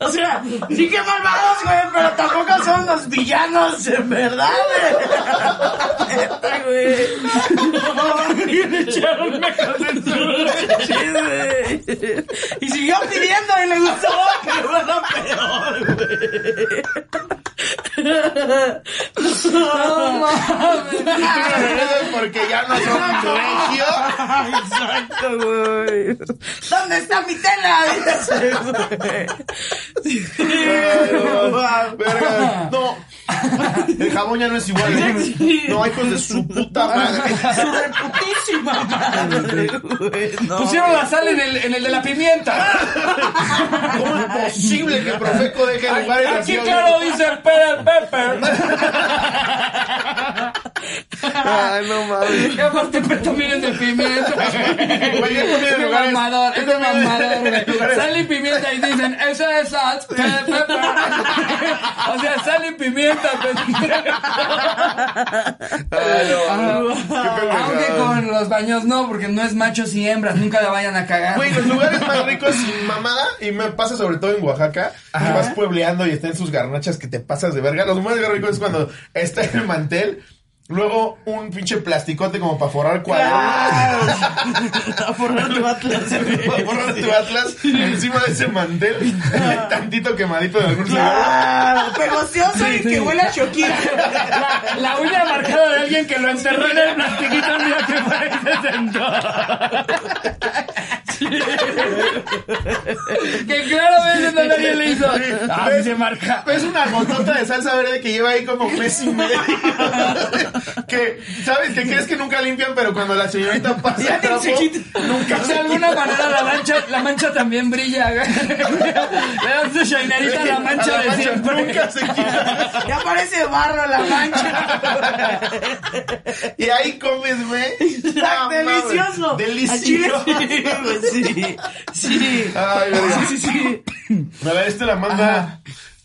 o sea, sí que malvados, güey, pero tampoco son los villanos, en verdad, güey. Neta, güey.
Le echaron mecos en su lucha.
Sí, güey. Y siguió pidiendo y le gustó, pero bueno, peor, Ah.
Regresas porque ya no son
*laughs*
regio.
Exacto, güey. ¿Dónde está mi tela? Dice, güey.
Pero-
Wow.
verga, No. El jabón ya no es igual. ¿eh? No, hijos de su puta madre.
Su
*laughs*
reputísima madre, güey. No.
Pusieron la sal en el, en el de la pimienta.
¿Cómo es posible que Profeco deje de jugar en la
Aquí
ciudad?
claro dice Peter Pepper.
*laughs*
Ay, no mames.
Y aparte, pero también es de pimienta.
Oye, es
Es
de
de
lugares.
mamador, es de mamador,
*laughs*
de
güey.
lugares.
Sal y pimienta y dicen, esa es sal, *laughs* pe- pepper. O sea, sal y pimienta, pues. pendejo.
Ay, no mames. Qué
Aunque
pendejada.
con los baños no, porque no es machos y hembras, nunca la vayan a cagar.
Güey, los lugares más ricos sin mamada, y me pasa sobre todo en Oaxaca, que vas puebleando y están sus garnachas que te pasas de verga. Los más ricos es cuando está en el mantel, luego un pinche plasticote como para forrar *laughs* cuadros.
Claro. A forrar tu atlas, güey.
Para forrar tu atlas encima de ese mantel, tantito quemadito de algún lugar.
Claro, pegocioso y que huele a Shakira.
La, la uña marcada de alguien que lo enterró en el plastiquito, mira que parece sentado.
*laughs* Que claramente no nadie le hizo. Ah, sí se marca.
Es una gotota de salsa verde que lleva ahí como mes y medio. *laughs* que, ¿sabes? Que crees que nunca limpian, pero cuando la señorita pasa
Ya
el trapo,
ni se quita.
nunca
De
se
alguna manera la mancha, la mancha también brilla. *laughs* güey. Le das tu shinerita a la mancha
A
de siempre.
Nunca se
*laughs*
quita.
Ya parece barro la mancha.
Y ahí comes, güey. Ah, mames.
Delicioso. A Chile,
Delicioso.
sí, güey, sí. Sí.
Ay, verga.
Sí, sí, sí.
A ver, este la manda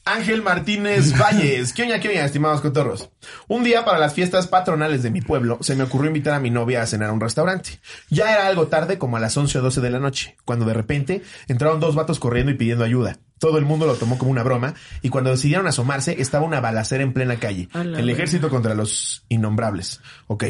Ángel Martínez Valles. ¿Qué oña, qué oña, estimados cotorros? Un día para las fiestas patronales de mi pueblo, se me ocurrió invitar a mi novia a cenar a un restaurante. Ya era algo tarde, como a las 11 o 12 de la noche, cuando de repente entraron dos vatos corriendo y pidiendo ayuda. Todo el mundo lo tomó como una broma y cuando decidieron asomarse estaba una balacera en plena calle. El ejército contra los innombrables. Ok.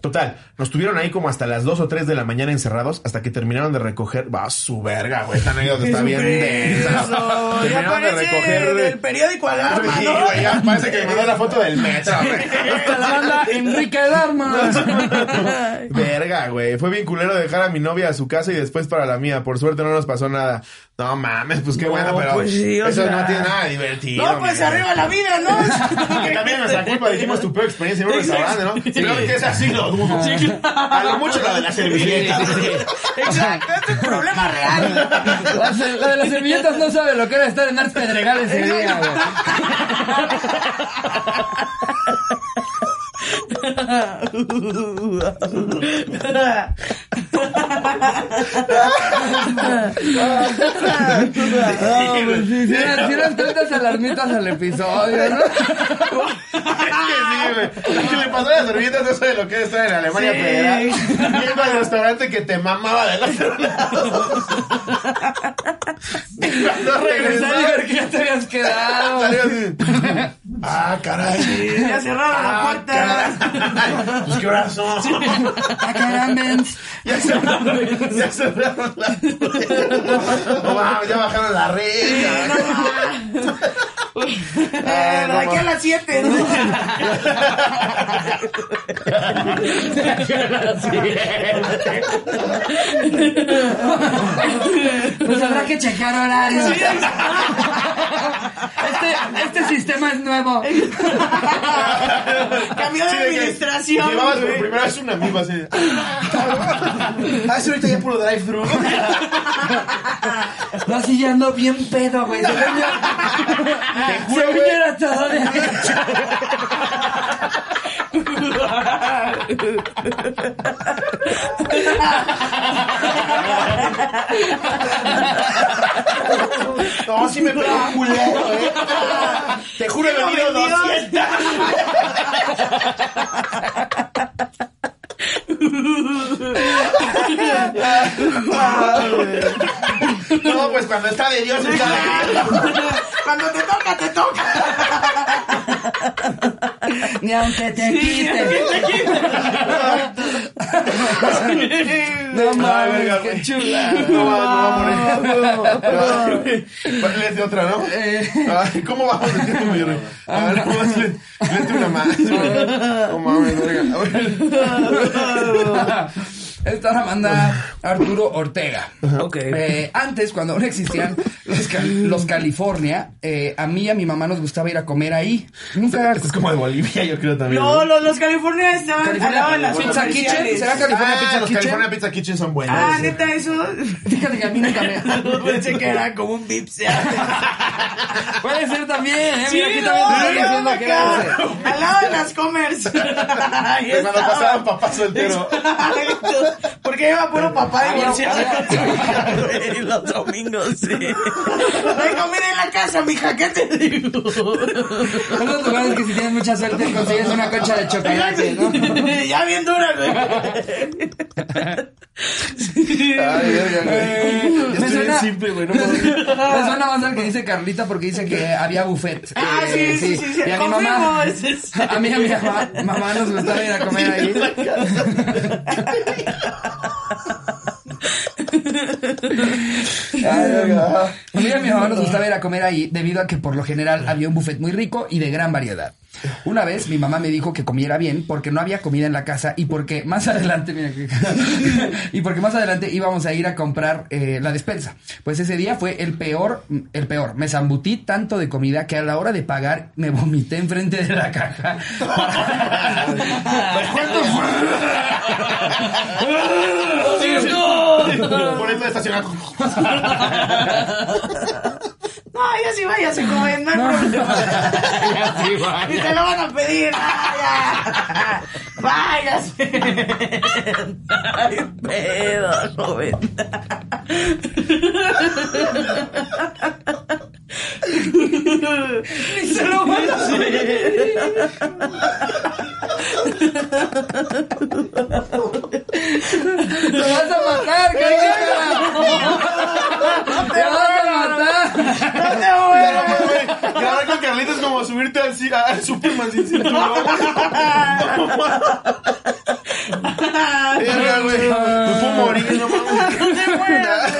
Total, nos tuvieron ahí como hasta las 2 o 3 de la mañana encerrados hasta que terminaron de recoger... Va, su verga, güey. Esta anécdota está bien densa.
Eso, Ya
Terminaron de
parece
recoger...
del periódico Alarma,
Sí,
¿no?
güey, ya parece que me mandó la foto del metro,
Hasta la banda Ah, Enrique Dharma.
*laughs*
güey. Verga, güey. Fue bien culero dejar a mi novia a su casa y después para la mía. Por suerte no nos pasó nada. No mames, pues qué bueno, pero
pues sí, o
eso
sea.
no tiene nada divertido.
No, pues
mira.
arriba la vida, ¿no? *laughs*
Que también es nuestra culpa, dijimos tu peor experiencia en un restaurante, ¿no? Si no, que es así lo dudo. A lo mucho la de la servilleta.
Exacto, este es un problema real.
La, se- la de las servilletas no sabe lo que era estar en Arts Pedregal ese día, güey.
Ah,
No, pues sí, sí, eran- sí eran tantas alarmitas al episodio, ¿no?
Es que sí, güey. Que le pasó a las servilletas, no sabe lo que es estar en Alemania
Sí.
Federal. Yendo al restaurante que te mamaba del otro lado. Y cuando
Regresar y
regresaba,
ver que ya te habías quedado.
salió así. Ah, caray.
Ya cerraron la
Ah,
puerta.
caray. Pues qué horas son.
Ah, carambens.
Ya cerraron, ya cerraron la puerta. No mames, ya bajaron la reja.
Eh,
Ah, no,
Aquí a las 7, ¿no? *laughs*
Pues habrá que checar horarios. Este, este sistema es nuevo.
Cambió
Sí,
de
que
administración,
Llevabas por
güey.
primera vez un amigo así. Ah, sí, ahorita ya puro drive-thru.
No, sí, ya ando bien pedo, güey. Según yo, según yo era todo de derecha.
No, sí me pegó culero, ¿eh? Te juro que me dio
vendió.
200. No, pues cuando está de Dios está de Dios.
Cuando te toca, te toca.
Ni aunque te
Sí,
quiten. No
Ay,
mames,
verga,
qué
güey.
chula.
No, va, no va a morir. Vale, léete otra, ¿no?
Eh.
Ay, ¿Cómo vamos de tiempo, mi rey? A ver, ¿cómo vas? Lé- Léete una más, güey. No mames, verga. A ver.
Esta la manda Arturo Ortega.
Ok.
Eh, antes, cuando aún existían los, Cal- los California, eh, a mí y a mi mamá nos gustaba ir a comer ahí. Nunca.
Esto es como de Bolivia, yo creo también.
No, los, los California estaban al lado de
California
las
Pizza Kitchen.
comerciales.
¿Será California
Ah,
Pizza
los
Kitchen?
California Pizza Kitchen son buenos.
Ah, neta, eso.
Fíjate que a mí nunca me.
Pensé que era como un bip. se hace.
Puede ser también, ¿eh?
Sí,
Mira, aquí
no,
también estoy
no,
diciendo que era ese.
acá, Al lado de las comers. Ahí
Cuando
estaba.
pasaban papá soltero.
Exacto. *laughs* Porque iba puro papá divorciado con su hija, *laughs* güey, Los domingos, sí. Hay comida en la casa, mija, ¿qué te digo?
Son los lugares que si tienes mucha suerte consigues una concha de chocolate, ¿no?
*laughs* ya bien dura, güey.
Ay, verga, güey.
Me
Estoy bien
suena-
simple, güey. No mames.
Me suena más al que dice Carlita porque dice que había buffet.
Ah,
Eh,
sí, sí, sí, sí.
Y a mi
Confirmo,
mamá,
ese es.
*laughs* a mí y a mi mamá, mamá nos gustaba ir a comer ahí. Ay, verga. A mí y a mi mamá nos gustaba ir a comer ahí debido a que por lo general había un buffet muy rico y de gran variedad. Una vez mi mamá me dijo que comiera bien porque no había comida en la casa y porque más adelante, mira que- y porque más adelante íbamos a ir a comprar eh, la despensa. Pues ese día fue el peor, el peor. Me zambutí tanto de comida que a la hora de pagar me vomité enfrente de la caja. *laughs* Pues,
Por eso estacionado.
No, ya sí vayas a comer, no hay problema. Y te lo van a pedir. Ah, ya. Váyase. Ay, pedo, joven. Se lo van a pedir.
¡Te vas a matar, carajo! ¡Te vas a matar!
No te mueras.
Grabar con Carlita es como subirte al, ci- al Superman sin cinturón. No mames. Verga, güey. Me puedo morir, no mames.
No te mueras.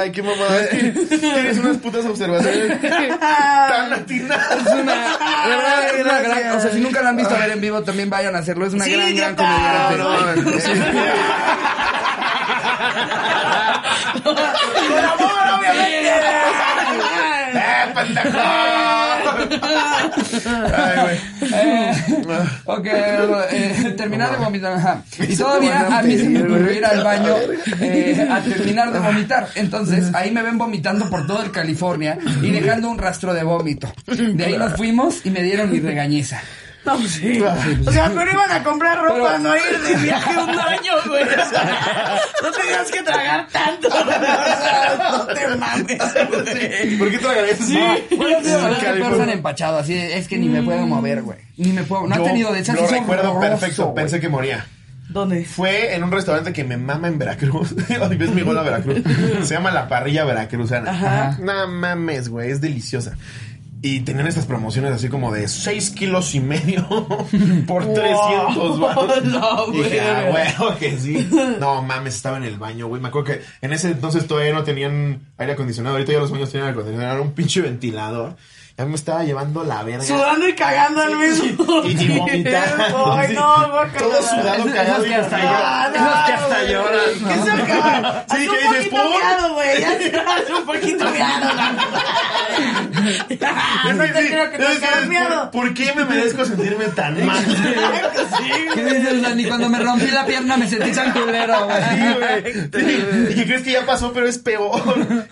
Ay, qué mamada. Es que tienes unas putas observaciones tan
Es
atinadas.
una, de
Ah,
verdad, es una gran, o sea, si nunca la han visto ver en vivo, también vayan a hacerlo. Es una
Sí,
gran, gran
idiota.
comediante.
No, no, no.
Por amor, obviamente.
¡Eh, pendejo! Ay, güey.
Ok, eh, terminar de vomitar. ajá.
*laughs*
Y
Eso te
todavía
van a
a mí se me
pedir,
ocurrió
güey.
ir
*laughs*
al baño eh, a terminar de vomitar. Entonces, ahí me ven vomitando por todo el California y dejando un rastro de vómito. De ahí nos fuimos y me dieron mi regañeza.
No, sí. O sea, pero iban a comprar ropa,
Pero-
no ir de viaje un año, güey. O sea, no tenías que tragar tanto. güey. O sea, no te mames, güey.
¿Por qué tragarías eso?
Bueno, tío, la verdad que
California.
peor se han empachado, así de, es que ni me puedo mover, güey. Ni me puedo, no ha tenido de esas
Yo
sí
Lo
son
recuerdo
horroroso,
perfecto.
güey.
Pensé que moría.
¿Dónde?
Fue en un restaurante que me mama en Veracruz. *laughs* Ay, ¿Ves mi gol a Veracruz? Se llama La Parrilla Veracruzana.
Ajá.
No mames, güey, es deliciosa. Y tenían estas promociones así como de 6 kilos y medio *laughs* por 300 baros.
No,
Y dije, ah,
güey.
güey, que sí. No mames, estaba en el baño, güey. Me acuerdo que en ese entonces todavía no tenían aire acondicionado. Ahorita ya los baños tienen aire acondicionado. Era un pinche ventilador. Ya me estaba llevando la verga.
Sudando y cagando al mismo
Y, y
tiempo.
vomitando.
*laughs* Ay,
sí.
no, guácala.
Todo sudado,
Esos-
cagado
esos
y
que hasta
Ah,
lloran.
no, güey.
Esos que hasta lloran, ¿no?
Que se acaba.
Sí,
Hazle
que dices,
un poquito
"Pum".
miado, güey. Ya se hace un poquito miado. la- no te Ah, creo que te tengas miedo.
¿Por qué me merezco sentirme tan
*laughs*
mal?
Claro que pues sí,
¿Qué dices, Dani? Cuando me rompí la pierna me sentí tan culero,
Sí,
güey.
güey. Y que crees que ya pasó, pero es peor.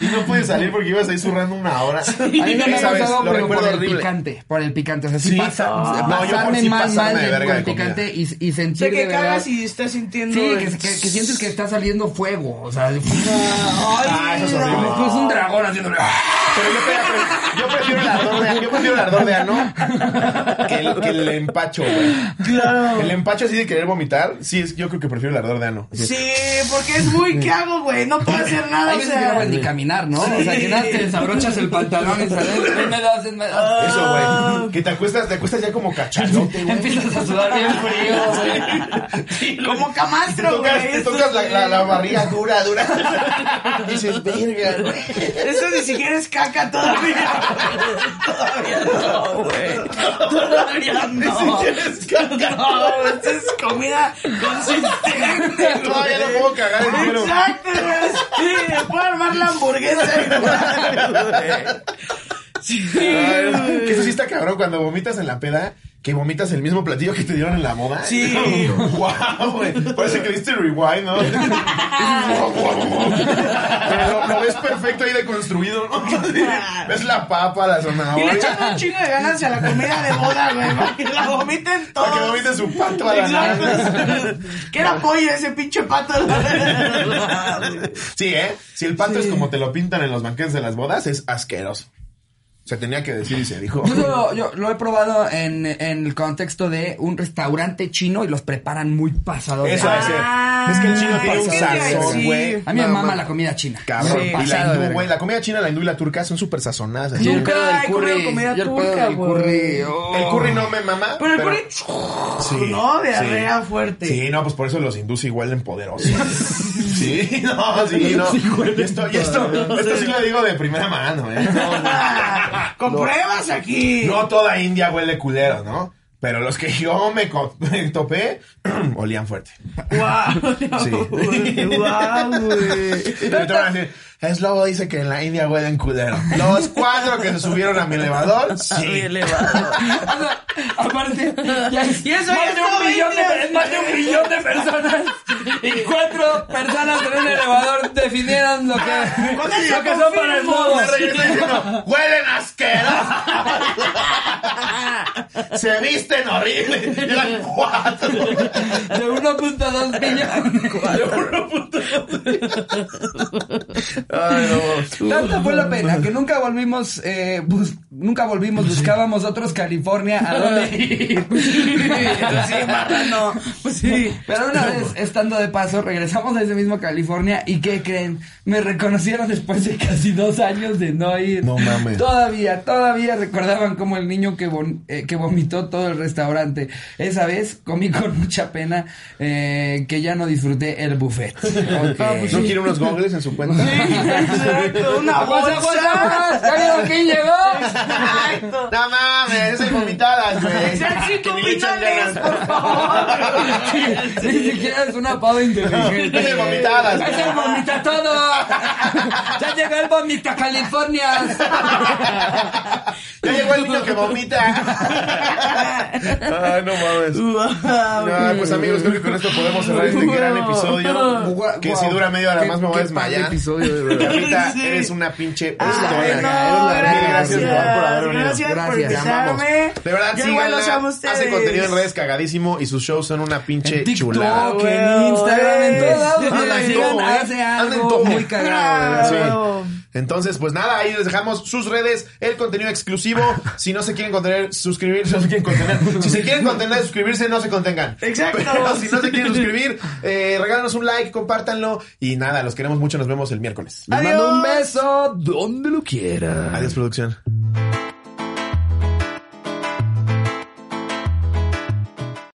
Y no pude salir porque ibas ahí zurrando una hora.
A mí me ha
¿Sabes?
pasado
Lo
pero por
recuerdo
el
horrible.
picante, por el picante. O sea, sí,
Sí.
pasa,
Ah. No, yo por
pasarme
sí
mal,
pasarme de
mal
verga
por
de
el
comida.
picante y, y
O
sentir
sea,
de
que
verdad.
cagas
Sí,
y estás sintiendo...
que,
el-
que- que sientes que está saliendo fuego. O
*laughs*
sea,
Ay,
Ah, eso es
no.
horrible.
es un dragón haciéndole. ¡ah!
Pero yo, pre- yo prefiero el ardor de, yo prefiero el ardor de ano que el, que el empacho, güey.
Claro.
El empacho así de querer vomitar, sí, es, yo creo que prefiero el ardor de ano. Así.
Sí, porque es muy... ¿Qué hago, güey? No puedo hacer nada,
Hay
o
veces que no
sea...
puedes ni caminar, ¿no? O sea, que nada, te desabrochas el pantalón y sales. Me das, me
*laughs*
das.
Eso,
Ah,
güey. Que te acuestas, te acuestas ya como
*laughs*
cachalote, güey.
Empiezas a sudar bien frío.
Como
Te
camastro,
tocas,
güey.
te
Eso
tocas
es-
la, la, la barriga dura,
*laughs*
dura. Y dices, verga, güey.
Eso ni siquiera es caca todavía. Todavía no, güey. Todavía no.
Tienes caca.
No, esto es comida consistente.
*laughs*
güey.
Todavía no puedo cagar el culo.
Exacto, güey. Sí, me puedo armar la hamburguesa igual, güey. *laughs* Sí,
Ay, Que
güey.
eso sí está cabrón cuando vomitas en la peda, que vomitas el mismo platillo que te dieron en la moda. *laughs*
Sí.
Wow, güey. Parece que diste rewind, ¿no? *laughs* Pero lo, lo ves perfecto ahí deconstruido,
*laughs*
¿no? Ves la papa, la
Y le
zanahoria.
echan un chingo de ganas a la comida de boda, güey, para que la vomiten todos.
*laughs* Para que vomites su pato a la nana. *laughs*
Exacto. Que era pollo ese pinche pato.
*laughs* Sí, ¿eh? Si el pato es como te lo pintan en los banquetes de las bodas, es asqueroso. Se tenía que decir y se
*laughs*
dijo.
Yo lo, yo lo he probado en, en el contexto de un restaurante chino y los preparan muy pasados. de
Eso ha de
verga.
ser.
ah,
Es que el chino tiene un
es que sí,
sazón,
sí.
güey.
A mí me
No,
mama
mames.
la comida china.
Cabrón.
Sí,
y la
pasado de
hindú,
verga.
güey. La comida china, la hindú y la turca son súper sazonadas. así.
Yo el
Nunca
pedo
he comido comida
yo el pedo
turca,
del
güey.
curry, oh.
El curry no me mama.
Pero el curry,
Sí,
no,
sí.
diarrea fuerte.
Sí, no, pues por eso los hindús igual en
*laughs*
poderosos. sí, *laughs* no, sí, no. Y esto, y esto, esto sí lo digo de primera mano, ¿eh? No,
Ah, Con pruebas aquí.
no toda India huele culero, ¿no? Pero los que yo me, co- me topé, *clears throat* olían fuerte.
Guau,
Sí.
güey, guau, güey.
Y te van a decir, es lobo dice que en la India huelen culero. Los cuatro que se subieron *laughs* a mi elevador,
Muy
sí.
elevado.
O sea, aparte, ya es,
Y eso *laughs* ya
más, de
es todo
un millón de,
India.
es más de un millón de personas y cuatro personas en un elevador definieron lo que,
Con eso
lo que son para el
confirmo.
mundo.
Me regreso diciendo, huelen asqueroso. *laughs* Se visten horrible. Y eran cuatro.
De 1.2 millones. Tanta fue la pena que nunca volvimos, eh, bus- nunca volvimos, buscábamos otros California a dónde ir.
*laughs* Sí, marrano. Pues sí.
Pero una vez, estando de paso, regresamos a ese mismo California y ¿qué creen? Me reconocieron después de casi dos años de no ir.
No mames.
Todavía, todavía recordaban como el niño que, von- eh, que vomitó todo el restaurante. Esa vez comí con mucha pena eh, que ya no disfruté el
*laughs*
buffet. pues,
¿No
Ok.
quiere unos gogles en su cuenta?
Exacto, una
¡Aguas, aguas,
bolsa.
aguas! ¡Cállate, quién llegó!
Exacto.
No mames, soy vomitadas, güey.
Sean cinco
Que ni le echan
finales,
ganas.
por favor.
Ni siquiera es una pava inteligente.
Es el vomitadas.
Es el vomita todo. Ya llegó el vomita California.
Ya llegó el niño que vomita. Ay, no mames.
Guau,
No, pues amigos, creo que con esto podemos cerrar este
Wow.
gran episodio.
Guau,
Que
guau.
si dura media hora
Qué-
más me voy a
qué
desmayar.
padre episodio, de verdad.
Carlita,
Sí.
eres una pinche
Ay,
pistola.
eres la
no,
verga.
gracias,
Mil gracias por haber venido.
gracias por
Gracias.
Te amamos.
invitarme.
De verdad,
Yo igual los amo a
síganla.
ustedes.
Hace contenido en redes cagadísimo y sus shows son una pinche
En TikTok,
chulada.
en Instagram, en todos lados.
Anda
donde
en
llegan,
todo, ¿eh?
hace
Anda en
algo
todo.
muy cagado.
Sí.
¿verdad?
Bravo.
Entonces, pues nada, ahí les dejamos sus redes, el contenido *laughs* exclusivo. Si no se quieren contener, suscribirse, no se quieren *laughs* contener. Si se quieren contener, suscribirse, no se contengan.
Exacto.
Pero si no se quieren suscribir, eh, regálanos un like, compártanlo. Y nada, los queremos mucho, nos vemos el miércoles.
Les mando un beso donde lo quiera.
Adiós, producción.